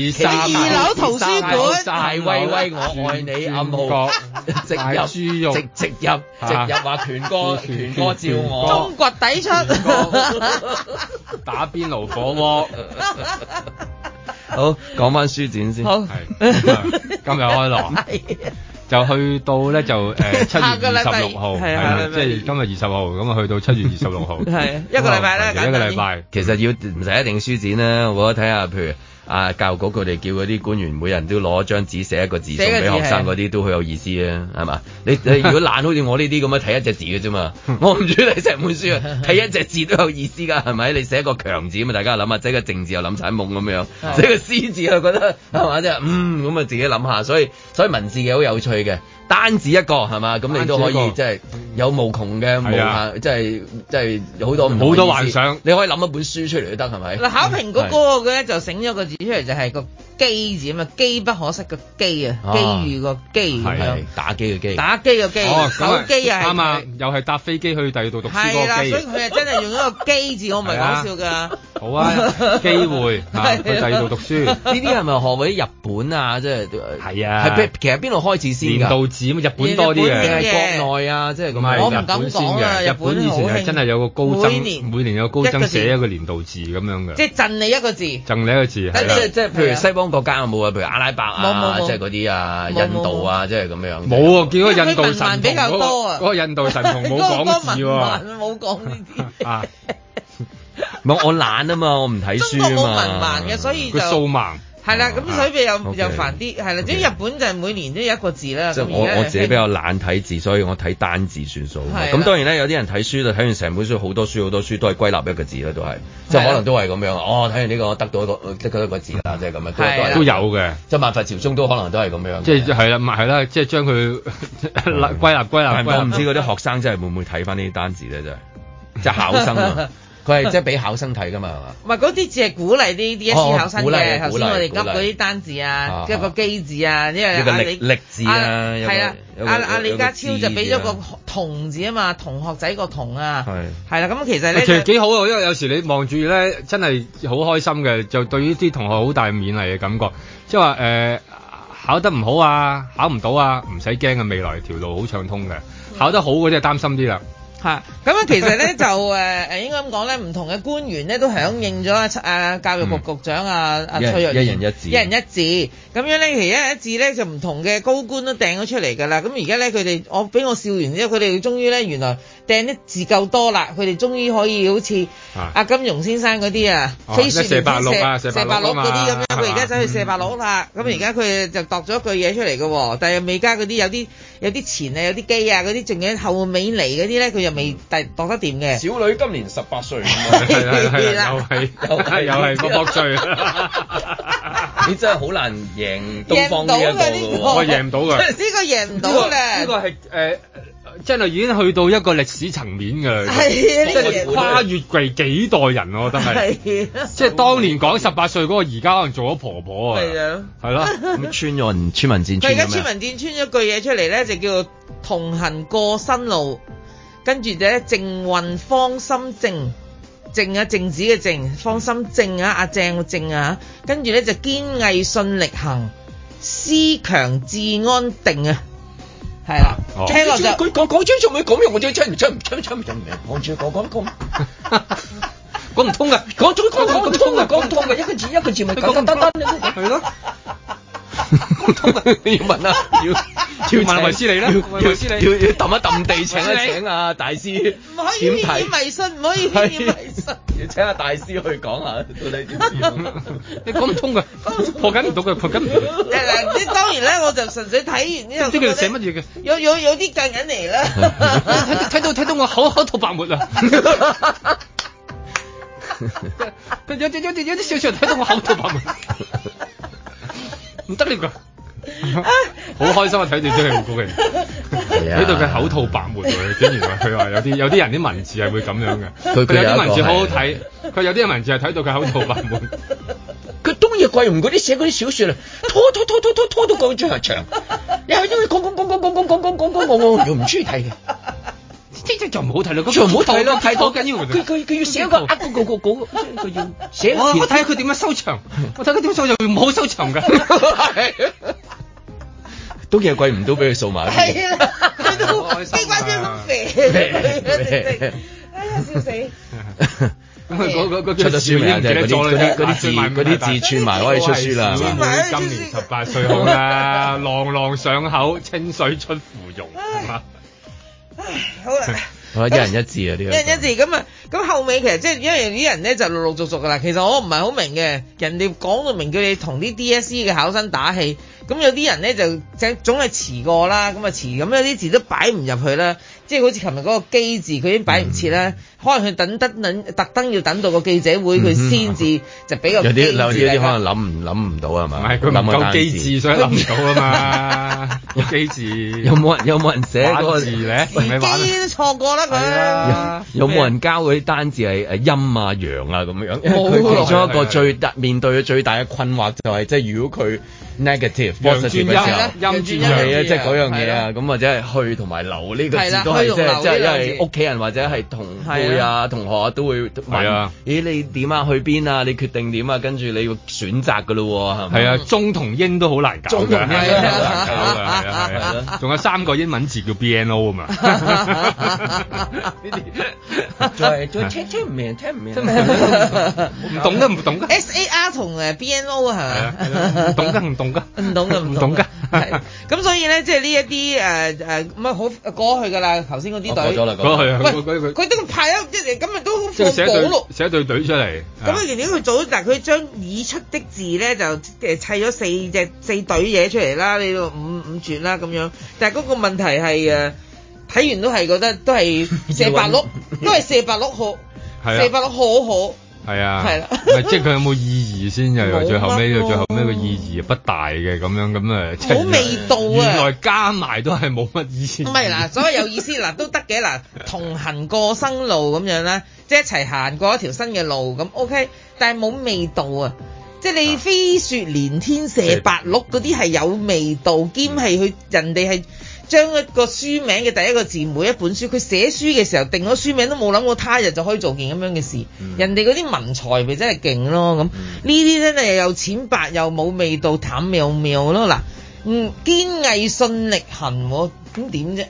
S3: 市三
S6: 二樓圖書館
S7: 大
S3: 啊
S7: 威威我愛你暗號，直入
S3: 豬肉
S7: 直直入直入話權哥權哥照我
S6: 中。掘底出，
S3: 打邊爐火鍋。
S7: 好，講翻書展先。
S6: 好，
S3: 係咁啊今日開鑼
S6: 係
S3: 就去到咧就誒 七月
S6: 下個禮
S3: 二
S6: 拜
S3: 十六號，
S6: 係啊
S3: 係
S6: 下個
S3: 啦
S6: 禮拜
S3: 即係今日二十號，咁啊去到七月二十六號，
S6: 係一個禮拜啦
S3: 係一個
S6: 簡單啲
S3: 禮拜。
S7: 其實要唔使一定書展啦，我覺得睇下譬如。啊！教育局佢哋叫嗰啲官員每人都攞張紙寫一個字送
S6: 寫個字
S7: 俾
S3: 啊
S7: 學生嗰啲都好有意思啊，係嘛？你你如果懶好似我呢啲咁樣啊睇一隻字嘅啫 嘛，我唔中意睇成本書啊，睇一隻字都有意思㗎，係咪？你寫個強字啊嘛，大家諗下，寫個靜字又諗晒夢咁樣，寫個詩字又覺得係嘛？即係嗯咁啊，自己諗下，所以所以文字嘅好有趣嘅，單字一個係嘛？咁你都可以
S3: 單字一個
S7: 即係有無窮嘅無
S3: 係啊
S7: 限，即係即係好多唔同嘅
S3: 好多
S7: 意思
S3: 幻想
S7: 你可以諗一本書出嚟都得，係咪？
S6: 嗱，考評嗰個嘅咧就醒咗個字出嚟，就係個機字啊嘛，機不可失個機啊，
S7: 啊
S6: 機遇個機咁
S7: 係啊
S6: 樣，
S7: 打機嘅機。
S6: 打機個機，
S3: 哦，咁
S6: 手機又係
S3: 啱啊
S6: 佢，
S3: 又係搭飛機去第二度讀書
S6: 係啦，
S3: 嗰
S6: 所以
S3: 個機，
S6: 佢係真係用一個機字，我唔係講笑㗎。
S3: 好啊，機 會啊，去第二度讀書。
S7: 呢啲係咪學嗰啲日本啊？即係
S3: 係啊
S7: 係邊其實邊度開始先
S3: 年
S7: 㗎？
S3: 度字咁日本多啲
S6: 日本
S7: 定
S6: 嘅
S3: 嘅。
S7: 係國內啊？即係咁
S3: 唔
S7: 樣
S3: 係
S6: 我唔敢
S3: 日本先
S6: 講啦
S3: 嘅，
S6: 日
S3: 日
S6: 本
S3: 本以前
S6: 好
S3: 係
S6: 興
S3: 真係有個高
S6: 每
S3: 僧，
S6: 年
S3: 每年有個高
S6: 一個
S3: 僧
S6: 字
S3: 寫一個年度字咁樣嘅，
S6: 即係贈你一個字，
S3: 贈你一個字
S7: 即
S3: 係
S6: 即
S3: 啦
S6: 係
S7: 係即係譬如西方國家有冇啊？譬如阿拉伯啊
S6: 冇冇，冇
S7: 即係嗰啲啊，
S6: 冇冇
S7: 印度啊，即係咁樣。
S3: 冇啊，見嗰個印
S6: 因為
S3: 度
S6: 佢文
S3: 神
S6: 盲
S3: 童
S6: 比較
S3: 嗰個
S6: 多啊
S3: 嗰個印度神童冇
S6: 嗰個
S3: 講字
S6: 文
S3: 喎。
S6: 盲冇講呢啲
S3: 啊。
S7: 唔係我懶啊嘛，我唔睇書
S6: 中國冇文
S7: 啊嘛。
S6: 盲嘅，所以就
S3: 佢掃盲，
S6: 係啦，咁所以又
S7: 啊，OK，
S6: 又煩啲，係啦。總之
S7: OK
S6: 日本就係每年都有一個字啦。
S7: 即係啊
S6: 咁而家
S7: 我
S6: 就
S7: 我自己比較懶睇字，所以我睇單字算數。
S6: 係啦
S7: 咁當然咧，有啲人睇書就睇完成本書，好多書好多書都係歸納一個字啦，都係啊即係可能都係咁樣。哦，睇完呢個我得到一個得到一個字啦，即係咁樣都
S6: 係啦
S7: 係
S3: 都有嘅，
S7: 即係萬佛朝宗都可能都係咁樣嘅。
S3: 即係係啦，咪係啦，即係將佢 歸納
S6: 啊
S3: 歸納
S7: 但
S3: 歸
S7: 係我唔
S3: 納。
S7: 知嗰啲學生真係會唔會睇翻呢啲單字咧，真係即係考生 啊！佢係即係俾考生睇㗎嘛，係嘛？
S6: 唔係嗰啲字係鼓勵啲 DSE 考生
S7: 哦鼓勵
S6: 嘅，頭先我哋
S7: 鼓勵
S6: 噏嗰啲單字啊
S7: 啊，
S6: 一個機字啊，因為
S7: 有個
S6: 阿
S7: 力
S6: 李
S7: 力字啊
S6: 阿
S7: 有個
S6: 係啊
S7: 有，個
S6: 阿
S7: 有
S6: 阿
S7: 個
S6: 李家超就俾咗
S7: 字
S6: 個
S7: 啊
S6: 同字啊嘛，同學仔個同啊，
S7: 係
S6: 係啦，咁其實咧
S3: 其實
S6: 就
S3: 幾好啊，因為有時你望住咧，真係好開心嘅，就對於啲同學好大勉勵嘅感覺，即係話誒考得唔好啊
S6: 嗯
S3: 啊，考唔到啊，唔使驚嘅，未來條路好暢通嘅。考得好嗰啲就擔心啲啦，
S6: 嚇。咁樣其實咧就呃 誒誒應該咁講咧，唔同嘅官員咧都響應咗啊啊教育局局
S3: 嗯
S6: 長啊啊
S2: 一人
S6: 蔡若蓮
S2: 一人一字
S6: 一人一字咁樣咧，其實一人一字咧就唔同嘅高官都掟咗出嚟㗎啦。咁而家咧佢哋我俾我笑完之後，佢哋終於咧原來掟得字夠多啦，佢哋終於可以好似
S3: 啊
S6: 阿金庸先生嗰啲啊，
S3: 哦
S6: 飛雪
S3: 一四八六啊
S6: 連珠射
S3: 四八六啊嘛嗯
S6: 嗰啲咁樣，佢而
S3: 係嘛
S6: 家走去射白鹿啦。咁而家佢就度咗句嘢出嚟嘅喎，但係美加嗰啲有啲有啲前啊，有啲機啊，嗰啲仲有後尾嚟嗰啲咧，佢又未第度得掂嘅。
S7: 小女今年十八 歲，
S3: 係啦係啦，又係又 係又係個博罪，
S7: 你真係好難贏東方呢一個
S6: 贏
S7: 㗎
S6: 唔到㗎
S7: 喎
S3: 我贏唔到㗎。
S6: 呢個贏唔
S3: 呢
S6: 到
S3: 個
S6: 啦，
S3: 呢個係誒，真係已經去到一個歷史層面㗎啦。
S6: 係
S3: 即
S6: 呢個
S3: 係
S6: 贏
S3: 跨越幾幾代人，我覺得係。
S6: 係啊
S3: 即係當年講十八歲嗰個，而家可能做咗婆婆啊。
S6: 係啊。
S3: 係咯。
S7: 咁穿咗人村民戰
S6: 佢
S7: 穿
S6: 而
S3: 啊
S6: 家
S7: 咗
S6: 村
S7: 咩？
S6: 民店穿咗句嘢出嚟咧，就叫做同行過新路，跟住就咧靜運芳心靜，靜啊靜止嘅靜，芳心靜啊阿正個靜啊，跟住咧就堅毅信力行，思強志安定啊，係啦
S3: 哦，
S6: 聽落就
S7: 佢講講張仲美講完，我真係真真真真人名，望住佢講講講。講唔通㗎，講咗講講唔通㗎，講唔通啊㗎，一個字一個字咪簡單單單係咯。講唔通㗎，你 要問啊，要
S3: 要問維斯利啦
S7: 要
S3: 問維斯利
S7: 要要揼一揼 地請一請啊大師，
S6: 唔可以
S7: 點
S6: 偏
S7: 睇
S6: 見迷信，唔可以偏見迷信。
S7: 要請阿大師去講下到底點樣。
S3: 你講唔 通㗎，破解唔到㗎，破解唔到㗎。
S6: 嗱，即當然咧，我就純粹睇完之後，
S3: 即係佢寫乜嘢嘅？
S6: 有有有啲近緊 嚟啦。
S3: 睇到睇到我口口吐白沫啊！有有有有啲小人睇到我口吐白沫，唔得了㗎！好開心啊！睇住真係好高興，
S7: 啊
S3: 睇到佢口吐白沫喎，竟然話佢話有啲有啲人啲文字係會咁樣嘅，
S7: 佢佢有
S3: 有
S7: 一
S3: 啲
S7: 個
S3: 文字好好
S7: 係
S3: 睇，佢有啲文字係睇到佢口吐白沫，
S7: 佢東野圭吾嗰啲寫嗰啲小説啊，拖拖拖拖拖拖到講最後長，你係因為講講講講講講講講講講講，我唔中意睇嘅，
S3: 即係就唔好睇啦，咁
S7: 就唔好睇啦，睇
S3: 好
S7: 到
S3: 緊要㗎
S7: 佢佢佢要寫個
S6: 啊
S7: 呃嗰個個個，佢要寫
S3: 我我睇下佢點樣收場，我睇佢點樣收場，唔好收場㗎。
S7: 東野圭吾都俾佢掃埋
S6: 係啊啦，佢都
S3: 開心啊
S6: 機關槍咁肥，
S7: 肥
S6: 哎呀哎笑死！
S3: 咁佢嗰嗰嗰
S7: 出咗書未啊？即係嗰啲嗰啲嗰啲字
S3: 買唔
S7: 嗰
S3: 買
S7: 啲字串埋可以出書啦，係
S6: 串
S7: 嘛？
S6: 埋可以出書
S3: 今年十八歲好啦，朗朗上口，清水出芙蓉，係嘛？
S6: 唉好 啦。
S7: 我一人一字啊呢個
S6: 一人一字咁啊，咁後尾其實即係因為啲人咧就陸陸續續噶啦，其實我唔係好明嘅，人哋講到明叫你同啲 DSE 嘅考生打氣，咁有啲人咧就總總係遲過啦，咁啊遲，咁有啲字都擺唔入去啦，即係好似琴日嗰個機字佢已經擺唔切
S3: 嗯
S6: 啦，可能佢等得等特登要等到個記者會
S3: 嗯
S6: 佢先至就俾個
S7: 有啲
S6: 機字啊
S7: 有啲有啲可能
S6: 大家
S7: 諗唔諗唔到係
S3: 唔
S7: 嘛？
S3: 係佢唔
S7: 諗個
S3: 夠
S7: 啊單
S3: 機
S7: 字
S3: 智，所以諗唔到啊嘛。有機 智
S7: 有冇人有冇人寫嗰個
S3: 玩字咧？唔係玩啊
S6: 自己都錯過啦
S3: 係
S6: 佢。
S3: 啊！
S7: 有冇人交嗰啲單字係誒陰啊陽啊咁樣？因為
S3: 冇
S7: 佢
S3: 啊
S7: 其中一個最大面對嘅最大嘅困惑就係即係如果佢 negative
S3: 陽
S7: positive 嘅時
S3: 轉
S7: 候
S3: 陰。陰轉
S7: 係
S3: 陽
S7: 啊，即係嗰樣嘢啊，咁或者係去同埋留呢個
S6: 係
S7: 字
S6: 啦
S7: 都係
S6: 去
S7: 即
S6: 同留
S7: 係即係
S6: 呢
S7: 因
S6: 個字
S7: 為屋企人或者係同輩
S6: 係
S7: 啊、同學啊都會
S3: 係
S7: 問
S3: 啊：
S7: 咦，你點啊？去邊啊？你決定點啊？跟住你要選擇㗎咯喎，係咪？
S3: 係啊，中同英都好難搞
S7: 中
S3: 㗎，
S7: 同英
S3: 係啊好難搞㗎，係啊
S6: 係
S3: 係啊，仲有三個英文字叫 BNO 啊嘛。呢
S6: 啊
S3: 啲
S7: 再再聽聽唔明，聽唔明。啊
S3: 唔懂㗎，唔懂㗎，
S6: S A R 同誒 B N O 係
S3: 係啊
S6: 咪？
S3: 唔懂㗎，唔懂㗎。
S6: 唔懂嘅，啊唔
S3: 唔懂㗎
S6: 係咁所以咧，即係呢一啲誒誒，唔係好過去㗎啦。頭先嗰啲
S7: 我過咗
S6: 隊，
S7: 啦，
S3: 嗰個係啊，
S6: 喂，
S3: 嗰嗰佢
S6: 佢都派咗即係咁咪都好
S3: 即係寫
S6: 放
S3: 對
S6: 榜咯。
S3: 寫對隊出嚟，
S6: 咁
S3: 啊
S6: 佢原來佢做咗，但係佢將已出的字咧就誒砌咗四隻四隊嘢出嚟啦，你到五五絕啦咁樣。但係嗰個問題係誒睇完都係覺得都 係射白鹿，都係射白鹿好，
S3: 係啊
S6: 射白鹿好好。
S3: 係啊，
S6: 係啦
S3: 唔係即係佢有冇意義先？又
S6: 冇乜
S3: 最後尾，
S6: 咯
S3: 最後尾個意義不大嘅咁樣咁啊，即係
S6: 冇味道啊
S3: 原來加埋都係冇乜意義。
S6: 唔係嗱，所以有意思嗱都得嘅嗱，同行過生路咁樣啦，即係一齊行過一條新嘅路咁 OK，但係冇味道啊！即係你飛雪連天射白鹿嗰啲係有味道，兼係佢人哋係將一個書名嘅第一個字，每一本書佢寫書嘅時候定咗書名都冇諗過，他日就可以做件咁樣嘅事。人哋嗰啲文才咪真係勁咯咁，呢啲真係又淺白又冇味道，淡妙妙咯嗱。嗯，堅毅信力行喎，咁點啫？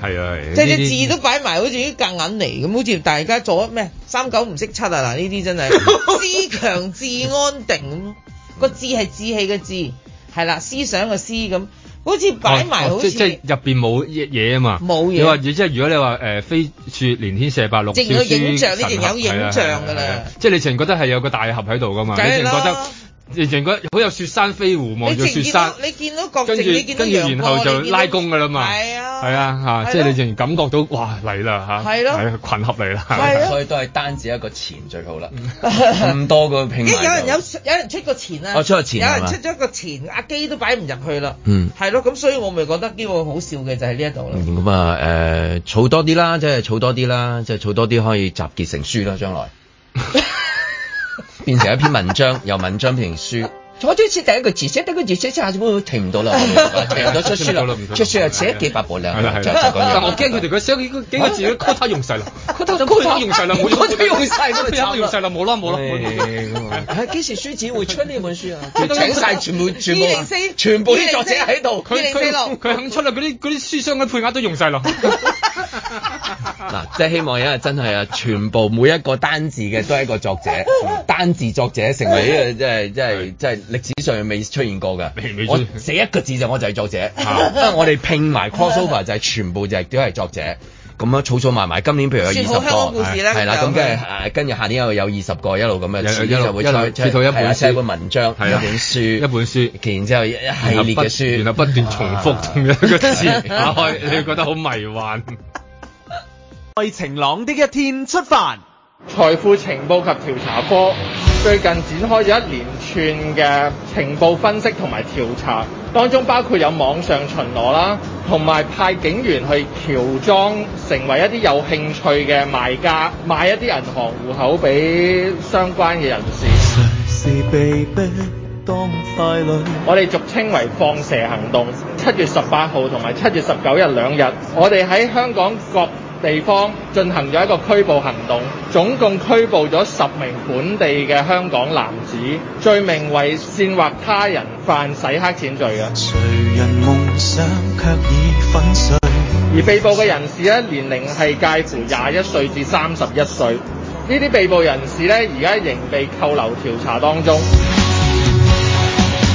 S3: 係啊，係
S6: 即係
S3: 呢啲
S6: 隻字都擺埋，好似啲隔銀嚟咁，好似大家做咩三九唔識七啊！嗱，呢啲 真係思強志安定咁，個志係志氣嘅志，係啦，思想嘅思咁，好似擺埋
S3: 哦哦
S6: 好似
S3: 即即入邊冇嘢嘢啊嘛，
S6: 冇嘢
S3: 你話即係如果你話誒飛雪連天射白鹿，
S6: 淨有影像呢淨有影像㗎啦
S3: 㗎即係你淨覺得係有個大盒喺度㗎嘛，
S6: 梗
S3: 你淨
S6: 係
S3: 覺得
S6: 啦。
S3: 你淨覺得好有雪山飛狐望
S6: 你
S3: 住雪
S6: 見
S3: 山
S6: 到，你見到郭
S3: 跟
S6: 靖，
S3: 住
S6: 你見到
S3: 跟住
S6: 楊
S3: 然
S6: 過，
S3: 後就
S6: 你見到
S3: 拉弓㗎啦嘛，
S6: 係啊，
S3: 係啊嚇，
S6: 係
S3: 即係
S6: 咯
S3: 你淨感覺到哇嚟啦嚇，
S6: 係咯
S3: 係啊群合嚟啦，
S6: 係 啊
S7: 所以都係單止一個錢最好啦，
S3: 嗯
S7: 咁多個拼
S6: 因
S7: 埋
S6: 為
S7: 就。
S6: 有人有有人出過錢啊，
S7: 哦出過錢
S6: 有
S7: 係
S6: 人
S7: 嘛
S6: 出咗個錢，阿基都擺唔入去啦，
S7: 嗯
S6: 係咯，咁所以我咪覺得呢個好笑嘅就係呢一度
S3: 嗯
S6: 啦。
S7: 咁啊誒，儲多啲啦，即係儲多啲啦，即係儲多啲可以集結成書啦，將來變成一篇文章，由文章變成書。我都似第一個字寫，第一個字寫下會停唔 到啦，停唔到 出書啦，出啊書又寫幾百本啦，
S3: 係啦係
S7: 就
S3: 啦
S7: 就咁樣。
S3: 但我驚佢哋嗰寫幾個幾個 字都 quota 用晒啦，quota quota 用晒啦，冇
S7: quota 用 晒咁就慘啦
S3: 用晒啦，冇啦冇啦冇啦。
S7: 係幾時書展會出呢本書啊？
S3: 佢都
S7: 請晒全部全部啊
S6: 204
S7: 全部啲作者喺度。
S6: 佢
S3: 佢佢肯出啦，嗰啲嗰啲書商嘅配額都用晒啦。
S7: 嗱，即係希望有一日真係啊，全部每一個單字嘅都係一個作者，單字作者成為呢個即係即係即係歷史上未出現過
S3: 未未
S7: 嘅。
S3: 出
S7: 我
S3: 現
S7: 寫一個字就我就係作者，因為我哋拼埋 crossover 就係全部就係都係作者。咁樣儲儲埋埋，今年譬如有二十
S6: 算好香港故
S7: 個，
S6: 事啦
S7: 係啦，
S6: 咁
S7: 咁
S6: 就
S7: 跟住啊跟住下年又有二十個，一路咁
S3: 有
S7: 樣，
S3: 一路
S7: 就會
S3: 一路
S7: 出
S3: 出到一本
S7: 係啦出一
S3: 書
S7: 本文章，
S3: 係
S7: 一
S3: 啦
S7: 本書，
S3: 一本書
S7: 然之後一一系列嘅書，
S3: 然後不斷重複同一個字 打開，你會覺得好迷幻。
S4: 在晴朗的一天出發。
S12: 財富情報及調查科最近展開咗一連串嘅情報分析同埋調查，當中包括有網上巡邏啦，同埋派警員去喬裝成為一啲有興趣嘅賣家，買一啲銀行戶口俾相關嘅人士。
S13: 是被逼當傀儡。
S12: 我哋俗稱為放蛇行動。七月十八號同埋七月十九日兩日，我哋喺香港各地方進行咗一個拘捕行動，總共拘捕咗十名本地嘅香港男子，罪名為煽惑他人犯洗黑錢罪嘅。
S13: 誰人夢想卻已粉碎。
S12: 而被捕嘅人士咧，年齡係介乎廿一歲至三十一歲。呢啲被捕人士咧，而家仍被扣留調查當中。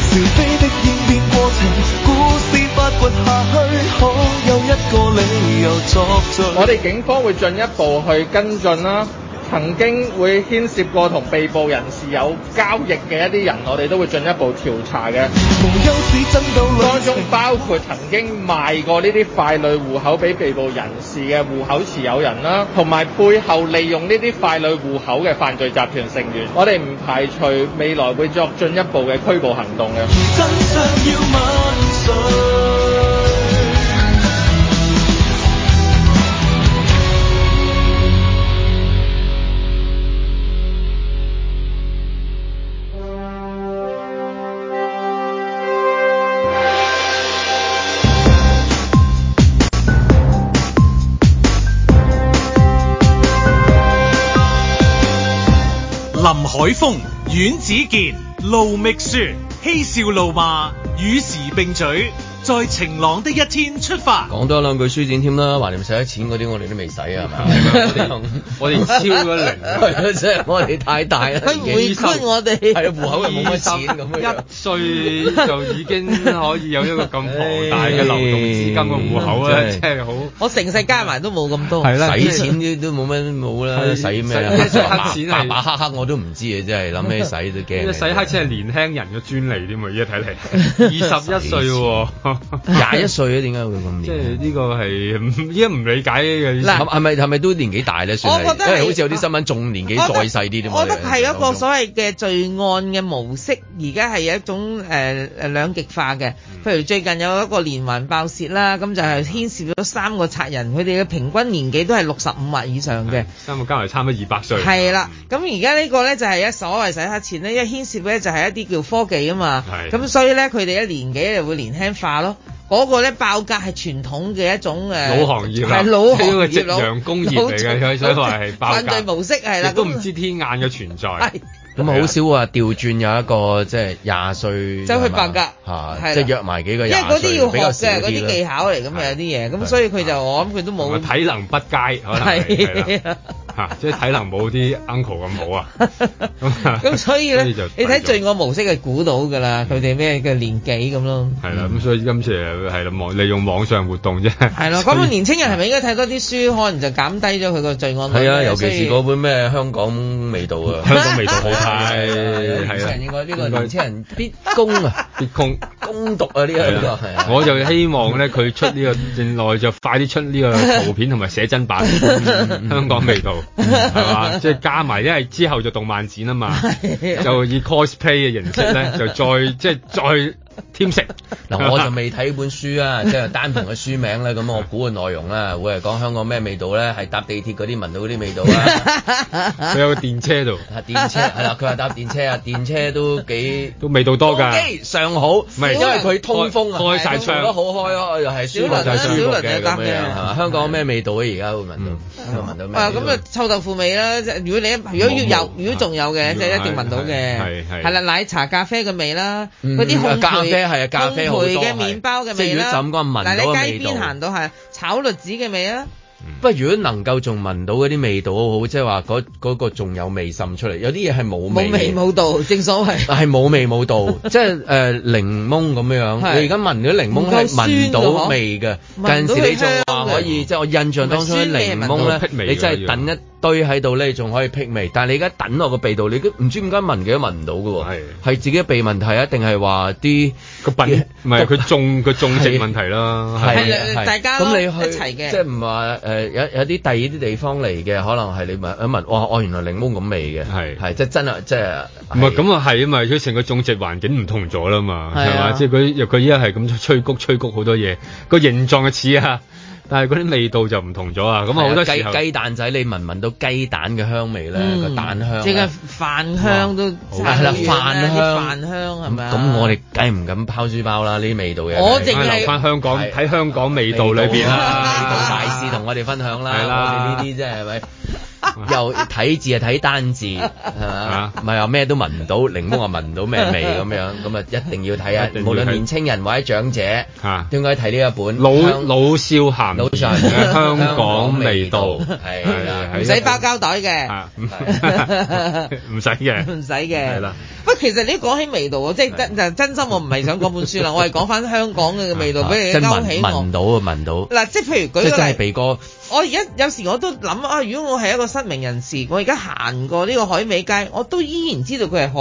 S13: 是非的應變過程，故事發掘下去，好有一個理由作罪。
S12: 我哋警方會進一步去跟進啦。曾經會牽涉過同被捕人士有交易嘅一啲人，我哋都會進一步調查嘅。
S13: 無休止爭鬥旅
S12: 當中包括曾經賣過呢啲傀儡戶口俾被捕人士嘅戶口持有人啦，同埋背後利用呢啲傀儡戶口嘅犯罪集團成員。我哋唔排除未來會作進一步嘅拘捕行動嘅。
S13: 真相要問誰？
S1: 林海峰、阮子健、路觅雪，嬉笑怒罵，與時並舉，在晴朗的一天出發。
S7: 講多兩句書展添啦，還掂使咗錢嗰啲我哋都未使啊，係咪？
S3: 我哋超咗零
S7: 係 啊，即係我哋太大啦，
S6: 佢回觀我哋
S7: 係啊，戶口又冇乜
S3: 三
S7: 錢咁樣。
S3: 一歲就已經可以有一個咁龐大嘅流動資金嘅戶口
S7: 唉
S3: 咧，真係好。
S6: 我成世加埋都冇咁多，
S3: 係啦
S7: 使錢都都冇乜冇啦，
S3: 係
S7: 使咩 啊？
S3: 使黑錢係
S7: 白白黑黑我都唔知啊，真係諗起使都 驚。啊
S3: 洗黑錢係年輕人嘅專利添啊！而家睇嚟，二十一歲喎，
S7: 廿一歲啊，點解會咁
S3: 即
S7: 年？
S3: 係呢個係唔依家唔理解嘅。
S7: 嗱，係咪係咪都年紀大咧？算
S6: 我覺得
S7: 係，
S6: 係
S7: 因
S6: 啊
S7: 為好似有啲新聞仲年紀再細啲添喎。
S6: 我覺得係啊一個所
S7: 謂
S6: 謂嘅罪案嘅模式，而家係有一種誒誒、呃、兩極化嘅。
S7: 嗯
S6: 譬如最近有一個連環爆竊啦，咁就係牽涉咗三個賊人，佢哋嘅平均年紀都係六十五或以上嘅。
S3: 三個加埋差唔多二百歲。
S6: 係啦，咁而家呢個咧就係一所謂洗黑錢咧，因為牽涉咧就係一啲叫科技啊嘛，
S3: 係
S6: 咁所以咧佢哋一年紀就會年輕化咯。嗰個咧爆格係傳統嘅一種誒
S3: 老行業啦
S6: 係老行
S3: 呢個夕
S6: 業老
S3: 陽工業嚟嘅
S6: 老
S3: 所以話係爆格
S6: 犯罪模式係啦，
S3: 亦都唔
S6: 咁啊
S3: 知天眼嘅存在。
S6: 係
S7: 咁啊好少話調轉有一個即係廿歲
S6: 走去白㗎
S7: 嚇
S6: 係啦
S7: 即係約埋幾個
S6: 因為
S7: 廿
S6: 嗰啲
S7: 歲比較
S6: 要學
S7: 少
S6: 嘅，嗰
S7: 啲
S6: 啲
S7: 啦
S6: 技巧嚟咁有啲嘢，咁所以佢
S3: 啊
S6: 就我諗佢都
S3: 同
S6: 冇
S3: 埋體能不佳可能係係
S6: 係
S3: 啦
S6: 啊。
S3: 嚇，即係體能冇啲 uncle 咁好 啊。
S6: 咁所以咧，
S3: 所以就
S6: 你睇罪惡模式係估到㗎啦，佢哋咩嘅年紀咁咯。
S3: 係啦，咁所以今次係係啦，網利用網上活動啫。係
S6: 係咯，咁啊年青人係咪應該睇多啲書，可能就減低咗佢個罪案率
S7: 係啊，
S6: 咧
S7: 尤其是
S6: 所以
S7: 嗰本咩香港味道啊，
S3: 香港味道 好
S7: 年
S3: 睇係啊
S7: 青人應該呢個年青人必攻啊，
S3: 必攻
S7: 攻讀啊呢一個係啊。
S3: 我就希望咧，佢出呢個正內就快啲出呢個圖片同埋寫真 版香港味道，係嘛？即係加埋，因為之後就動漫展啊嘛，就以 cosplay 嘅形式咧， 就再即係再添食。
S7: 嗱，我就未睇本書啊， 即係單憑個書名咧，咁我估嘅內容啦，會係講香港咩味道咧？係搭地鐵嗰啲聞到嗰啲味道啊，
S3: 佢有個電車度，
S7: 啊電車係啦，佢話搭電車啊，電車都 幾
S3: 都味道多㗎。
S7: OK，上好，唔
S3: 係
S7: 因為佢通風啊，
S3: 開開
S7: 通
S3: 晒
S7: 風
S3: 窗
S7: 得好開開，又係舒服
S6: 小輪啦
S7: 又舒服
S6: 小輪
S7: 嘅
S6: 就搭
S7: 咁
S6: 嘅
S7: 樣係嘛？香港咩味道啊？而家會聞到，會聞到咩味道？
S6: 啊，咁啊臭豆腐味啦！即係如果你一如果要有，如果仲有嘅，即係一定聞到嘅。
S7: 係係係
S6: 係啦，奶茶、咖啡嘅味啦，
S7: 嗯
S6: 嗰啲烘焙
S7: 咖啡係啊咖啡好
S6: 烘
S7: 多
S6: 焙嘅
S7: 係
S6: 麵包
S7: 即
S6: 嘅
S7: 係
S6: 味
S7: 如
S6: 啦。
S7: 果就咁講聞
S6: 嗱，
S7: 到嘅
S6: 你
S7: 味
S6: 街
S7: 道
S6: 邊行到係炒栗子嘅味啊啦。
S7: 不過如果能夠仲聞到嗰啲味道好好，即係話嗰嗰個仲有味滲出嚟，有啲嘢係冇味
S6: 冇味冇到，正所謂。
S7: 但係冇味冇 到，即係誒、呃、檸檬咁樣。
S6: 係
S7: 你而家聞到檸檬
S6: 唔夠
S7: 係
S6: 酸
S7: 聞到
S6: 㗎嗬
S7: 味嘅，
S6: 聞
S7: 有陣
S6: 到
S7: 時
S6: 佢
S7: 你仲話
S6: 香嘅
S7: 可以，即係我印象當中
S6: 唔係
S7: 啲
S6: 酸味
S7: 檸
S6: 聞
S7: 檬
S6: 到
S7: 咧
S6: 辟，
S3: 味㗎
S7: 你真係等一堆喺度咧，你仲可以辟味。但係你而家等落個鼻度，你都唔知點解聞嘅都聞唔到嘅喎。係自己嘅鼻問題啊，定係話啲
S3: 個品唔係佢種佢種植問題啦，
S7: 係
S6: 係
S7: 係
S6: 大家
S7: 咁
S6: 咯
S7: 你去
S6: 一齊嘅
S7: 即係唔話誒有有啲第二啲地方嚟嘅，可能係你聞一聞，哇！哦，原來檸檬咁味嘅，係係即係真係即係
S3: 唔係咁啊，係啊嘛，佢成個種植環境唔同咗啦嘛，
S7: 係啊
S3: 係嘛？即係佢佢依家係咁催谷催谷好多嘢，個形狀嘅似啊，但係嗰啲味道就唔同咗啊。咁啊
S7: 係啊
S3: 好多
S7: 雞
S3: 時候
S7: 雞蛋仔，你聞唔聞到雞蛋嘅香味咧？個蛋香
S6: 即嗯係
S7: 咧。
S6: 飯香都
S7: 好啊係啦飯香
S6: 啲飯香係咪啊？
S7: 咁我哋梗唔敢拋書包啦，呢啲味道嘅。
S6: 我淨係
S3: 留翻香港喺香港味道裏邊啊
S7: 味道
S3: 啦，
S7: 大師同我哋分享啦。
S3: 係啦
S7: 我哋呢啲真係係咪？又睇字啊，睇單字係嘛？唔係話咩都聞唔到，檸檬啊聞唔到咩味咁樣，咁啊 一定要睇下
S3: 一定，要睇
S7: 無論年青人或者長者，
S3: 嚇
S7: 都應該睇呢一本
S3: 老
S7: 香
S3: 老少咸
S7: 老少咸宜
S3: 香港味道
S7: 係啦
S6: 唔使包膠袋嘅。
S3: 啊， 唔唔使嘅，
S6: 唔使嘅，
S3: 係啦。
S6: 不過其實你講起味道喎，即係真就真心我唔係想講本 書啦，我係講翻香港嘅味道俾
S7: 啊即
S6: 你
S7: 係
S6: 勾
S7: 聞
S6: 起
S7: 聞
S6: 我。
S7: 到啊，聞到。
S6: 嗱，即係譬如
S7: 即
S6: 舉
S7: 係
S6: 個
S7: 真係
S6: 例，
S7: 鼻哥。
S6: 我而家有時我都諗啊，如果我係一個失明人士，我而家行過呢個海味街，我都依然知道佢係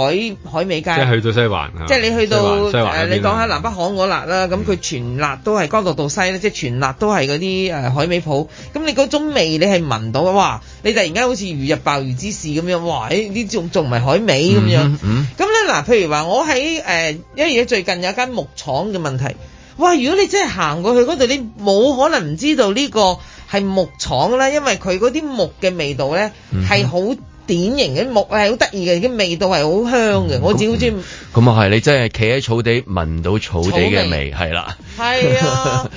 S6: 海海味街。
S3: 即係去到西環，啊
S6: 啊即係你去到
S3: 西環西環嗰
S6: 誒，
S3: 邊啊
S6: 你講下南北巷嗰辣啦，咁佢全辣都係江樂道西咧，即係全辣都係嗰啲誒海味鋪。咁你嗰種味你係聞到嘅，啊哇！你突然間好似如入鮑魚之肆咁樣，哇！誒呢仲仲唔係海味咁樣？
S7: 嗯嗯
S6: 咁咧嗱，譬如話我喺誒、呃因為最近有間木廠嘅問題，哇！如果你真係行過去嗰度，你冇可能唔知道呢個係木廠啦，因為佢嗰啲木嘅味道咧係好典型嘅木係好得意嘅，啲味道係好香嘅，我自己好中意。
S7: 咁啊係，你真係企喺草地聞到草地嘅味，
S6: 草味
S7: 係啦。
S6: 係啊，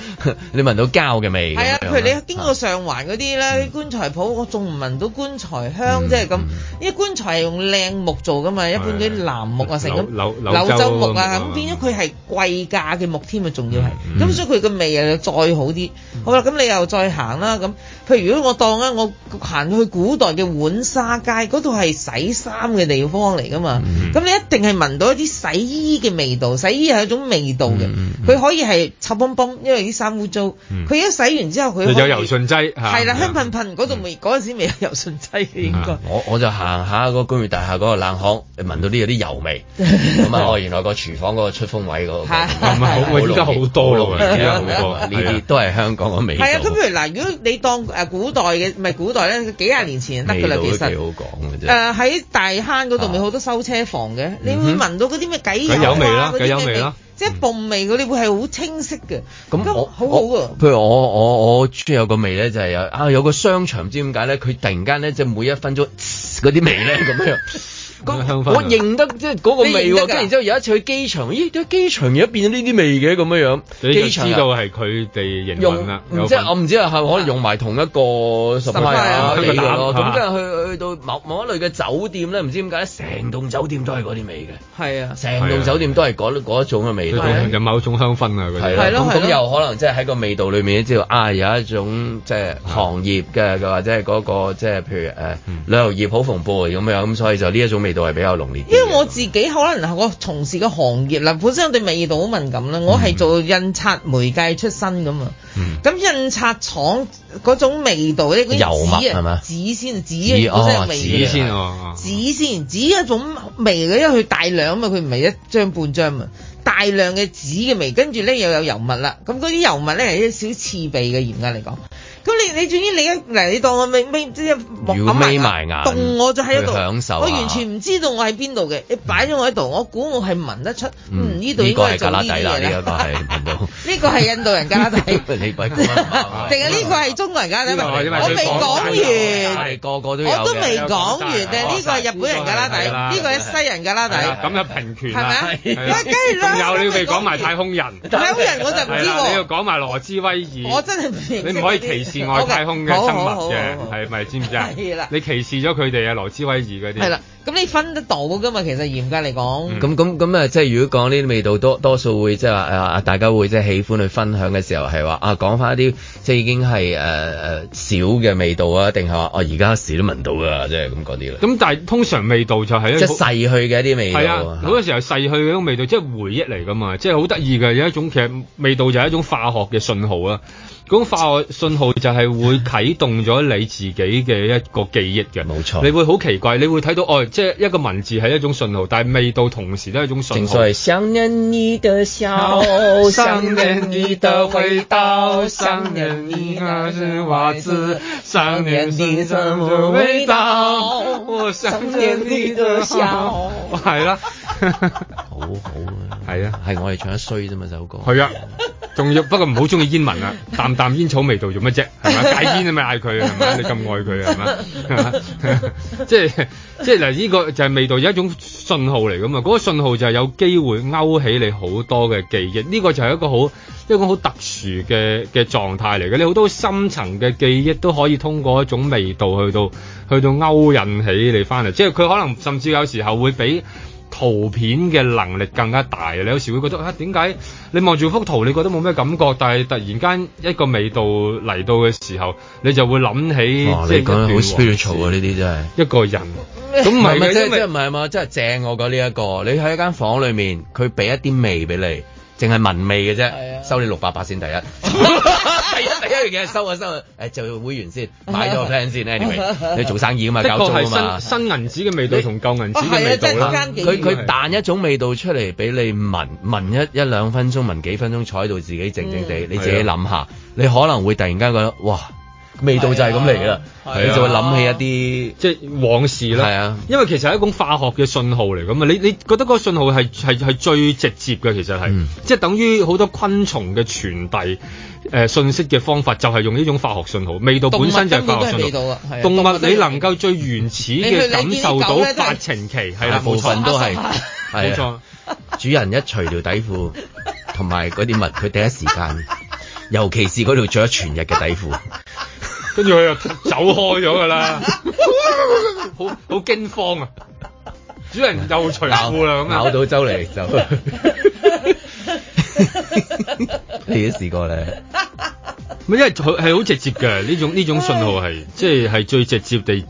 S7: 你聞到膠嘅味。
S6: 係啊，
S7: 咁
S6: 嗯
S7: 樣
S6: 譬如你經過上環嗰啲咧，棺材鋪我仲唔聞到棺材香，即係咁，因為棺材係用靚木做噶嘛，一般嗰啲楠木啊，成咁
S3: 柳柳柳
S6: 柳
S3: 州
S6: 州木
S3: 咁
S6: 啊
S3: 啊，
S6: 咁變咗佢係貴價嘅木添啊，仲要係，咁所以佢嘅味啊再好啲。好啦，咁你又再行啦，咁譬如如果我當啊，我行去古代嘅浣紗街，嗰度係洗衫嘅地方嚟噶嘛，咁你一定係聞到一啲洗衣嘅味道，洗衣係一種味道
S7: 嗯
S6: 嘅，佢可以係臭崩崩，因為啲衫污糟，
S7: 嗯
S6: 佢一洗完之後佢
S3: 你
S6: 可
S3: 有
S6: 以
S3: 油順劑嚇，
S6: 係啦，香噴噴嗰度
S7: 嗯
S6: 未嗰陣時未有油順劑嘅應該。
S7: 我我就行下嗰個工業大廈嗰個冷巷，聞到啲有啲油味，咁 啊，我原來個廚房嗰個出風位嗰個，
S6: 係
S3: 唔係好，而家好多咯，而家好多啊
S7: 呢啲都係香港嘅味道。
S6: 係啊，咁譬如嗱，如果你當誒古代嘅唔係古代咧，幾廿年前就得
S7: 味
S6: 㗎
S7: 道都
S6: 啦，其
S7: 幾好
S6: 實。
S7: 講嘅
S6: 誒
S7: 啫。啊
S6: 喺大坑嗰度咪好多收車房嘅，你會聞到嗰啲咩偈
S7: 偈嗯油
S6: 油
S7: 味啦
S6: 啊嗰
S7: 偈油
S6: 啲咩
S7: 味啦，
S6: 即係泵味嗰啲會係好清晰嘅，
S7: 咁我
S6: 好好㗎。
S7: 譬如我我我中意有個味咧，就係有啊有個商場，唔知點解咧，佢突然間咧即係每一分鐘嗰啲味咧咁樣。
S3: 香
S7: 我
S3: 薰
S7: 認得即係嗰個味
S6: 啊你認
S7: 喎，
S6: 得
S7: 跟
S6: 㗎
S7: 住然之後有一次去機場，咦？點解機場而家變咗呢啲味嘅咁樣樣？
S3: 你就
S7: 機
S3: 知
S7: 場啊
S3: 道係佢哋營
S7: 用
S3: 運啦，
S7: 唔知我唔知係咪可能用埋同一個 supply
S3: 啊
S7: 啊
S3: 佢個
S7: 俾嘅
S3: 膽
S7: 咯，
S3: 啊
S7: 咁跟住去去到某某一類嘅酒店咧，唔知點解成棟酒店都係嗰啲味嘅，
S6: 係啊，
S7: 成棟酒店都係啊嗰嗰一種嘅味道。
S3: 佢有某種香薰啊嗰
S7: 係
S3: 啲。
S7: 啦，咁咁又可能即係喺個味道裏面知道啊，有一種即係行業嘅，或者係嗰個即係譬如誒、呃旅遊業好蓬勃咁樣，咁所以就呢一種味道係比較濃烈啲。
S6: 因為我自己可能係我從事嘅行業
S7: 嗯
S6: 啦，本身我對味道好敏感啦，我係做印刷媒介出身咁啊。
S7: 嗯
S6: 咁印刷廠嗰種味道咧，嗰啲
S7: 油墨
S6: 紙啊
S7: 係嘛
S6: 紙先
S7: 紙
S6: 紙啊，本身
S7: 哦
S6: 係味嘅
S7: 紙先
S3: 哦
S6: 紙先紙一種味嘅，因為佢大量啊嘛，佢唔係一張半張啊，大量嘅紙嘅味，跟住咧又有油墨啦。咁嗰啲油墨咧係一少刺鼻嘅，嚴格嚟講。咁你你總之你一嗱，你當我咪咪即係
S7: 如果眯埋眼
S6: 凍我就喺
S7: 去
S6: 度
S7: 享受
S6: 我
S7: 下
S6: 完全唔知道我喺邊度嘅，你擺咗我喺度，我估我係聞得出，嗯呢度
S7: 呢
S6: 應
S7: 個係
S6: 該係做
S7: 格
S6: 呢
S7: 拉底
S6: 啲
S7: 啦，呢
S6: 嘢
S7: 一個
S6: 啦。
S7: 係聞到。
S6: 呢個係印度人格拉底，定
S7: 你鬼咁 啊
S6: 係呢個係中國人格拉底？
S7: 呢個係因為
S6: 我未講完，
S7: 係個個都有嘅
S6: 我都未講完，但係呢個係日本人格拉底，
S3: 係啦
S6: 呢個係西人格拉
S3: 係啦
S6: 底。
S3: 咁就平權
S6: 係咪啊
S3: 啦，係
S6: 喂梗係啦
S3: 仲有你
S6: 我未
S3: 未
S6: 講
S3: 講埋
S6: 完
S3: 太空人，
S6: 太空人我就唔知
S3: 係啦你要
S6: 喎，
S3: 講埋羅斯威爾，
S6: 我真係唔認識
S3: 你唔可以
S6: 呢啲
S3: 歧視外太空嘅
S6: OK，好
S3: 生
S6: 好好好
S3: 物嘅
S6: 好，
S3: 係咪知唔知啊？
S6: 係啦
S3: 你歧視咗佢哋啊，羅斯威爾嗰啲。
S6: 係啦，，咁你分得到噶嘛？其實嚴格嚟
S3: 嗯
S6: 講，
S7: 咁咁咁啊，即係如果講呢啲味道，多多數會即係話啊，大家會即係喜歡去分享嘅時候係話啊，講翻一啲即係已經係誒呃誒少嘅味道啊，定係話哦而家屎都聞到㗎，即係咁嗰啲咧，
S3: 咁但係通常味道就係一
S7: 即
S3: 種
S7: 係逝去嘅一啲味道。
S3: 係啊，好多時候逝去嗰種味道，即係回憶嚟噶嘛，即係好得意嘅。有一種其實味道就係一種化學嘅信號啊。嗰種化學信號就係會啟動咗你自己嘅一個記憶嘅。
S7: 冇錯
S3: 你會好奇怪，你會睇到哦，即係一個文字係一種信號，但係味道同時都係一種信
S7: 正
S3: 號
S7: 所。謂想念你的笑，想念你的味道，想念你那是袜子，想念你什麼味道，我想念你的 笑。
S3: 係啦，
S7: 好啊好啊，
S3: 係啊，
S7: 係我哋唱得衰啫嘛首歌。
S3: 係啊，仲要不過唔好中意煙聞啊，淡淡煙草味道做乜啫？係咪戒煙啊？咪嗌佢係咪？你咁愛佢係咪？ 即係即係嗱，呢個就係味道有一種信號嚟噶嘛。嗰、個信號就係有機會勾起你好多嘅記憶。呢、個就係一個好一個好特殊嘅嘅狀態嚟嘅。你好多深層嘅記憶都可以通過一種味道去到去到勾引起你翻嚟。即係佢可能甚至有時候會俾。圖片嘅能力更加大，你有時會覺得啊，點解你望住幅圖你覺得冇咩感覺，但係突然間一個味道嚟到嘅時候，你就會諗起、
S7: 哇！哦
S3: 即係
S7: 你
S3: 一
S7: 講得
S3: 段
S7: 好
S3: 往
S7: spiritual 啊！呢啲真係。
S3: 一個人，咁
S7: 唔
S3: 唔
S7: 係
S3: 係
S7: 唔係
S3: 嘅，
S7: 即係
S3: 因
S7: 即係
S3: 為
S7: 唔係嘛，即係正我覺呢一個。你喺一間房裏面，佢俾一啲味俾你，淨係聞味嘅
S3: 啊
S7: 啫，收你六百八 先第一。第一第一樣嘢收啊收啊，誒做會員先，買咗個 plan 先，anyway，你做 生意啊嘛，
S3: 的
S7: 搞租
S3: 確
S7: 啊嘛
S3: 係。新新銀紙嘅味道同舊銀紙
S6: 哦
S3: 嘅
S6: 係啊
S3: 味道
S6: 真係
S3: 啦
S6: 間。幾啊
S7: 佢佢
S3: 係
S7: 彈一種味道出嚟俾你聞，聞一一兩分鐘，聞幾分鐘，坐喺度自己靜靜
S3: 嗯
S7: 地，你自己諗下，
S3: 啊
S7: 你可能會突然間覺得哇，味道就係咁嚟㗎啦，
S3: 係啊
S7: 你就會諗起一啲。
S3: 即係往事啦，
S7: 係啊
S3: 因為其實係一種化學嘅信號嚟㗎嘛，你你覺得嗰個信號係係係最直接嘅，其實係，
S6: 嗯
S3: 即係等於好多昆蟲嘅傳遞誒、呃、信息嘅方法就係用呢種化學信號，味道本身就係化學
S6: 動物
S3: 信
S6: 根本都係味道
S3: 號
S6: 啊係啊。
S3: 動
S6: 動物
S3: 物
S6: 都係
S3: 你能夠最原始
S6: 你去
S3: 嘅
S6: 你
S3: 感
S6: 見啲
S3: 受到
S6: 狗咧都係
S3: 發情期，係
S7: 大
S3: 啦，
S7: 部
S3: 冇
S7: 分
S3: 錯，
S7: 都係，
S3: 冇
S7: 係
S3: 錯
S7: 啊。 主人一除條底褲同埋嗰啲襪，佢第一時間，尤其是嗰條着咗全日嘅底 褲，
S3: 跟住佢又走開咗㗎啦，好好驚慌啊！主人又除褲啦咁啊
S7: 咬
S3: 樣，
S7: 到周嚟就， 你都試過咧，
S3: 唔係因為佢係好直接嘅呢種呢種信號係，即係係最直接地引起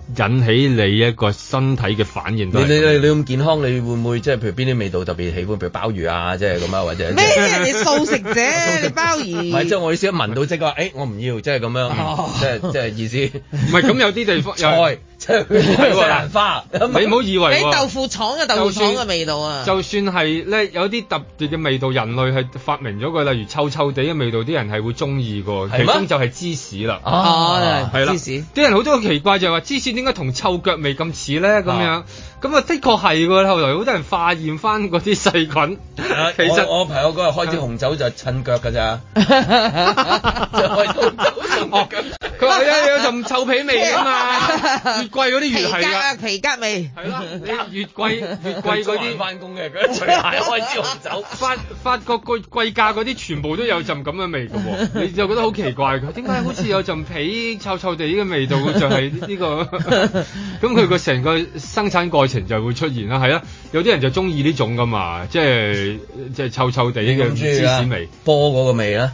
S3: 你一個身體嘅反應都
S7: 你
S3: 係咁。
S7: 你你你咁健康，你會唔會即係譬如邊啲味道特別喜歡，譬如鮑魚啊，即係咁啊，或者
S6: 咩啫？人哋素食者，
S7: 唔
S6: 你鮑
S7: 係即係
S6: 魚。
S7: 我意思，一聞到即刻，誒我唔要，即係咁樣，即係即係意思，
S3: 哦唔係咁有啲地方
S7: 菜
S3: 有，
S7: 即係蘭花，
S3: 你唔好以為
S6: 你啊豆
S3: 喎。
S6: 腐廠嘅豆腐廠嘅味道啊！
S3: 就算係咧，有啲特別嘅味道，人類係發明咗佢，例如臭臭地嘅味道，啲人係會中意嘅
S7: 係
S3: 喎。
S7: 咩
S3: 其中就係芝士啦，
S6: 哦，
S3: 係啦。
S6: 芝士
S3: 啲人好多奇怪就係話芝士點解同臭腳味咁似
S6: 哦
S3: 咧？咁樣
S7: 啊
S3: 咁啊，的確係喎。後來好多人化驗翻嗰啲細菌，
S6: 啊
S3: 其實
S7: 我我朋友嗰日 開支紅酒就係襯腳㗎咋，就係紅酒
S3: 哦
S7: 同腳。
S3: 佢話有有陣臭皮味啊 嘛，越貴嗰啲越係
S6: 皮革啊，
S3: 㗎。
S6: 皮革味。
S3: 係啦，你越貴越貴嗰啲
S7: 翻工嘅，佢 除鞋開支紅酒。
S3: 法法國貴貴價嗰啲全部都有陣咁嘅味嘅 喎，你就覺得好奇怪佢點解好似有陣皮臭臭地嘅味道，就係呢、 個咁佢個成個生產過程就會出現啦，係啦，有啲人就中意呢種噶嘛，即係即係臭臭地嘅芝
S6: 啊
S3: 士味，
S7: 波嗰個味啦，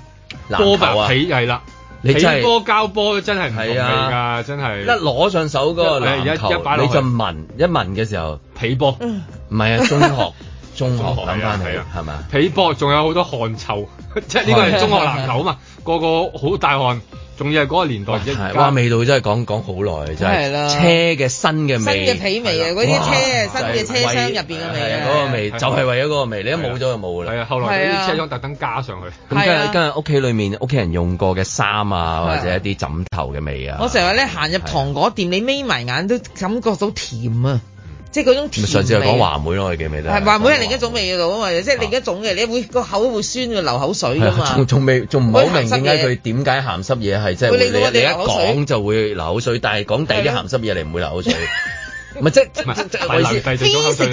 S3: 波
S7: 籃
S3: 白
S7: 球啊，
S3: 皮係啦，
S7: 你真係
S3: 皮波膠波真係唔同味
S7: 係啊
S3: 㗎，真係
S7: 一攞上手嗰個籃球，
S3: 一一擺落
S7: 你
S3: 去
S7: 就聞一聞嘅時 候，
S3: 皮波。
S6: 嗯
S7: 唔係啊，中學中學哦諗翻
S3: 係啊係
S7: 嚟
S3: 啊
S7: 係嘛？
S3: 皮博仲有好多汗臭， 即係呢個係中學籃球啊嘛，個個好大汗，仲要係嗰個年代嘅
S7: 係哇，味道真係講講好耐，真
S6: 係啦
S7: 係車嘅新嘅
S6: 新
S7: 味，
S6: 嘅皮味啊，嗰啲
S7: 哇
S6: 車新嘅
S7: 就
S6: 車
S7: 係為
S6: 廂入邊嘅味
S7: 係啊
S6: 啊。
S7: 嗰個味就係為咗嗰個味，你一
S3: 係啊
S7: 冇咗就冇
S3: 係
S7: 啦。
S3: 啊，後來
S6: 係
S3: 啲
S6: 啊
S3: 車廠特登加上去。
S7: 咁
S6: 係
S7: 跟
S6: 啊
S7: 住跟住屋企裏面屋企人用過嘅衫啊，
S6: 係啊
S7: 或者一啲枕頭嘅味啊。
S6: 我成日咧行入糖果店，你眯埋眼都感覺到甜啊，即係嗰種
S7: 咪
S6: 甜味。
S7: 上次就講華妹咯，你記唔記得？
S6: 係話妹係另一種味道啊嘛，即係另一種嘅，你會個口會酸嘅，流口水
S7: 係
S6: 噶
S7: 啊
S6: 嘛。
S7: 仲仲未仲唔係好明點解
S6: 鹹濕
S7: 佢點解鹹濕嘢係即係
S6: 會
S7: 會
S6: 令
S7: 你
S6: 到我哋
S7: 你一
S6: 流口水
S7: 講就會流口水，但係講第啲鹹濕嘢你唔會流 口水。唔係即即
S3: 唔係
S7: 即即
S3: 係
S7: 我意思
S3: 流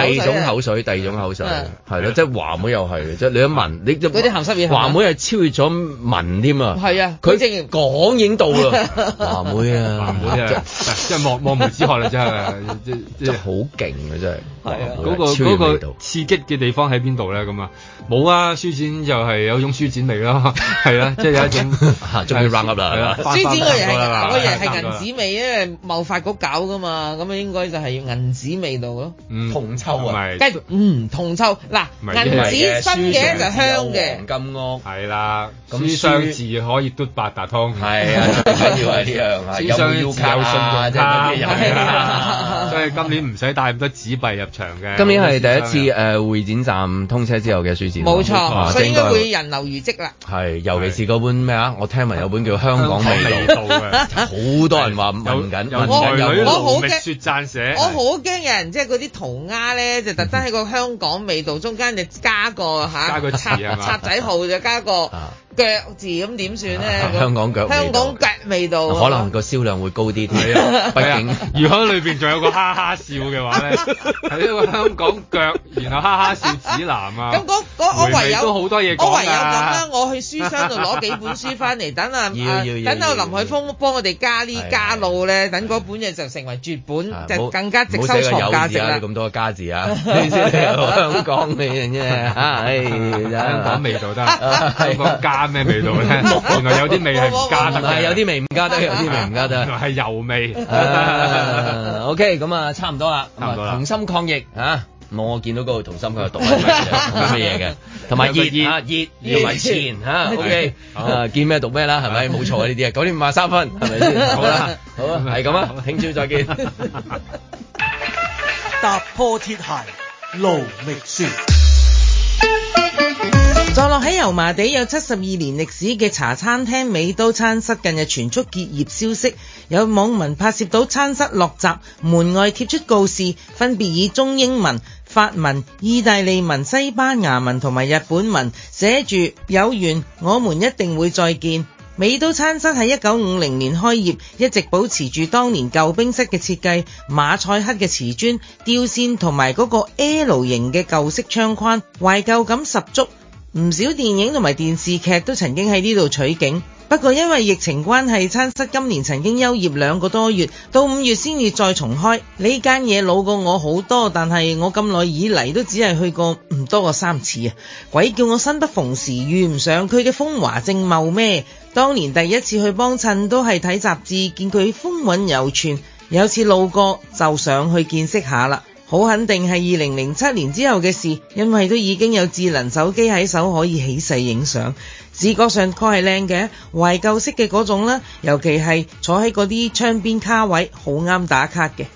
S3: 第四種口水
S7: 第第二種口水，
S3: 啊
S6: 你有口水啊
S7: 第二種口水
S6: 嗯
S7: 係咯，即係華妹又係，即係你一聞你就
S6: 嗰啲鹹濕嘢係嘛
S7: 華妹係超越咗聞添啊！
S6: 係啊
S7: 佢
S6: 佢正
S7: 講已經到 啦，華妹啊，
S3: 啊唔 好真係，即係望望梅止渴啦，真係，即即
S7: 真
S3: 係
S7: 係好勁啊！真係華妹係
S3: 嗰個
S7: 超越
S3: 嗰
S7: 味
S3: 個
S7: 道。
S3: 刺激嘅地方喺邊度咧？咁啊，冇啊！書展就係有種書展味啦，係啦，即係有一種
S7: 嚇終於 round up 啦
S3: 係啦
S7: 係
S6: 書展嗰人
S3: 差唔
S6: 係嗰人
S3: 多啦
S6: 係銀紙味，因為貿發局搞噶嘛，咁應該就係要銀紙味道咯。
S3: 嗯
S7: 銅臭啊
S3: 唔係
S6: 跟住嗯銅臭嗱，
S3: 唔係
S7: 嗯
S6: 銀
S3: 因為
S6: 紙新嘅就香嘅
S7: 黃，金屋。
S3: 係啦，
S7: 咁
S3: 書商
S7: 書
S3: 字可以嘟八達通，
S7: 係啊，最緊要係 呢樣啊，
S3: 先
S7: 有
S3: 相
S7: 冇 U
S3: 信有信
S7: 卡
S3: 用
S7: 啊，即係嗰
S3: 卡，
S7: 啲入去啦。
S3: 所以今年唔使帶咁多紙幣入場嘅。
S7: 今年係第一次
S3: 次
S7: 誒會展站通車之後嘅書展，
S6: 冇
S7: 啊
S6: 錯，所以應
S7: 即係
S6: 該會人流如積啦。
S7: 係，尤其是嗰本咩啊？我聽聞有本叫《香港味
S3: 味
S7: 道》，
S3: 道嘅。
S7: 好多人話問緊，
S3: 有
S7: 問緊
S3: 才
S7: 有
S3: 女
S6: 我好
S3: 盧
S6: 驚
S3: 覓雪撰寫，
S6: 我好驚有人即係嗰啲塗鴉咧，就特登喺個香港味道中間就加個嚇，
S3: 加個字
S6: 插
S3: 係嘛
S6: 插仔號就加個
S7: 啊
S6: 腳字，咁點算咧？咁
S7: 香港腳味道啊
S6: 香港腳味道，
S7: 可能個銷量會高啲添，
S3: 係
S7: 畢
S3: 啊
S7: 竟。
S3: 如果裏邊仲有個哈哈笑嘅話 咧，係呢個香港腳，然後哈哈笑指南啊。
S6: 咁嗰嗰我
S3: 回味
S6: 唯有
S3: 都好多嘢講㗎
S6: 我唯有咁啦，我去書箱度攞幾本書翻嚟，等啊啊
S7: 要要要
S6: 等到林海峰幫我哋加呢
S7: 係
S6: 加路咧，等嗰本嘢就成為絕
S7: 啊
S6: 本，
S7: 唔
S6: 就
S7: 好
S6: 更加值
S7: 唔好
S6: 收
S7: 寫個
S6: 藏
S7: 有
S6: 價
S7: 字
S6: 值
S7: 啊
S6: 啦
S7: 你。咁多個家字啊，你先嚟香港你啫唉真係
S3: 香港味 道得啊，
S7: 啊係啊
S3: 香港加咩味道咧？ 原來有啲味係唔加得
S7: 唔係
S3: 嘅，
S7: 有啲味唔加得，有啲味唔加
S3: 原
S7: 得。
S3: 來係油 味。
S7: 啊 OK，咁啊，差唔多啦，咁
S3: 差唔多
S7: 啊
S3: 啦
S7: 同心抗疫嚇。我見到嗰個同心佢有毒啊， 冇乜嘢嘅，同埋熱
S3: 有
S7: 啊熱要為前嚇，OK，
S3: 好
S7: 啊見咩讀咩啦，係 咪冇錯啊呢啲啊，九點五十三分係咪先？好啦，好啊，係咁 啊，聽朝再見。
S13: 踏破鐵鞋路未雪。
S6: 坐落喺油麻地有七十二年歷史嘅茶餐廳美都餐室近日傳出結業消息，有網民拍攝到餐室落閘，門外貼出告示，分別以中英文、法文、意大利文、西班牙文同埋日本文寫住有緣，我們一定會再見。美都餐室喺一九五零年開業，一直保持住當年舊冰室嘅設計、馬賽克嘅瓷磚、吊線同埋嗰個 L 型嘅舊式窗框，懷舊感十足。唔少電影同埋電視劇都曾經喺呢度取景。不過因為疫情關係，餐室今年曾經休業兩個多月，到五月先至再重開。呢間嘢老過我好多，但係我咁耐以嚟都只係去過唔多過三次啊！鬼叫我生不逢時，遇唔上佢嘅風華正茂咩？當年第一次去幫襯都係睇雜誌，見佢風韻猶存，有次路過就上去見識下啦。好肯定係二零零七年之後嘅事，因為都已經有智能手機喺手可以起勢影相，視覺上確係靚嘅，懷舊式嘅嗰種啦，尤其係坐喺嗰啲窗邊卡位，好啱打卡嘅。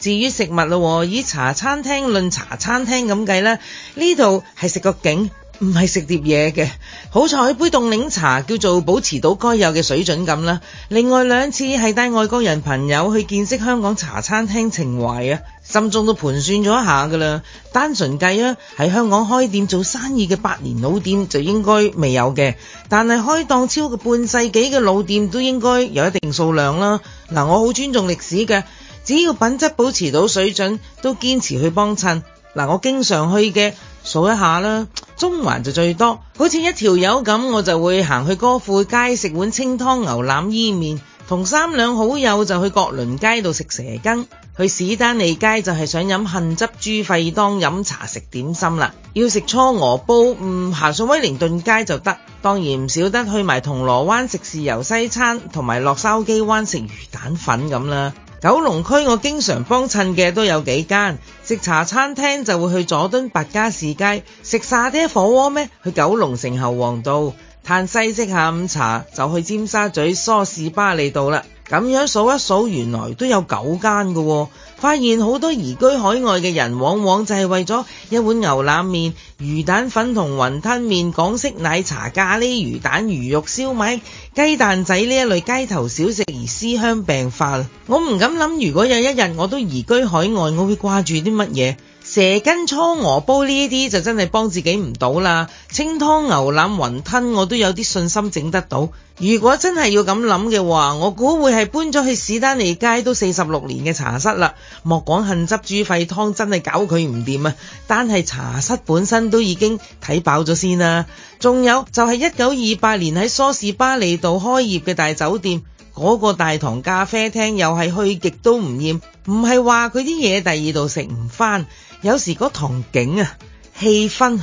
S6: 至於食物咯，以茶餐廳論茶餐廳咁計啦，呢度係食個景，唔係食碟嘢嘅。好彩杯凍檸茶叫做保持到該有嘅水準咁啦。另外兩次係帶外國人朋友去見識香港茶餐廳情懷啊，心中都盤算咗一下噶啦。單純計啊，喺香港開店做生意嘅百年老店就應該未有嘅，但係開檔超過半世紀嘅老店都應該有一定數量啦。嗱，我好尊重歷史嘅。只要品質保持到水準，都堅持去幫襯。嗱，我經常去嘅，數一下啦，中環就最多。好似一條友咁，我就會行去歌賦街食碗清湯牛腩伊麵，同三兩好友就去閣麟街度食蛇羹，去史丹利街就係想飲杏汁豬肺湯飲茶食點心啦。要食初鵝煲，嗯，行上威靈頓街就得。當然唔少得去埋銅鑼灣食豉油西餐，同埋落筲箕灣食魚蛋粉咁啦。九龍區我經常幫襯嘅都有幾間，食茶餐廳就會去佐敦白加士街，食沙爹火鍋咩？去九龍城侯王道，嘆西式下午茶就去尖沙咀梳士巴利道啦。咁樣數一數，原來都有九間㗎喎。發現好多移居海外嘅人，往往就係為咗一碗牛腩麵、魚蛋粉同雲吞麵、港式奶茶、咖喱魚蛋、魚肉燒賣、雞蛋仔呢一類街頭小食而思鄉病發。我唔敢諗，如果有一日我都移居海外，我會掛住啲乜嘢？蛇羹初鵝煲呢啲就真係幫自己唔到啦，清湯牛腩雲吞我都有啲信心整得到。如果真係要咁諗嘅話，我估會係搬咗去史丹利街都四十六年嘅茶室啦。莫講杏汁豬肺湯真係搞佢唔掂啊，單係茶室本身都已經睇飽咗先啦。仲有就係一九二八年喺梳士巴利道開業嘅大酒店。嗰個大堂咖啡廳又係去極都唔厭，唔係話佢啲嘢第二度食唔返，有時嗰堂景啊、氣氛、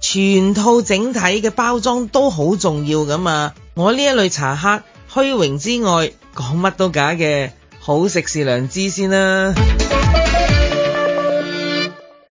S6: 全套整體嘅包裝都好重要㗎嘛。我呢一類茶客，虛榮之外講乜都假嘅，好食是良知先啦、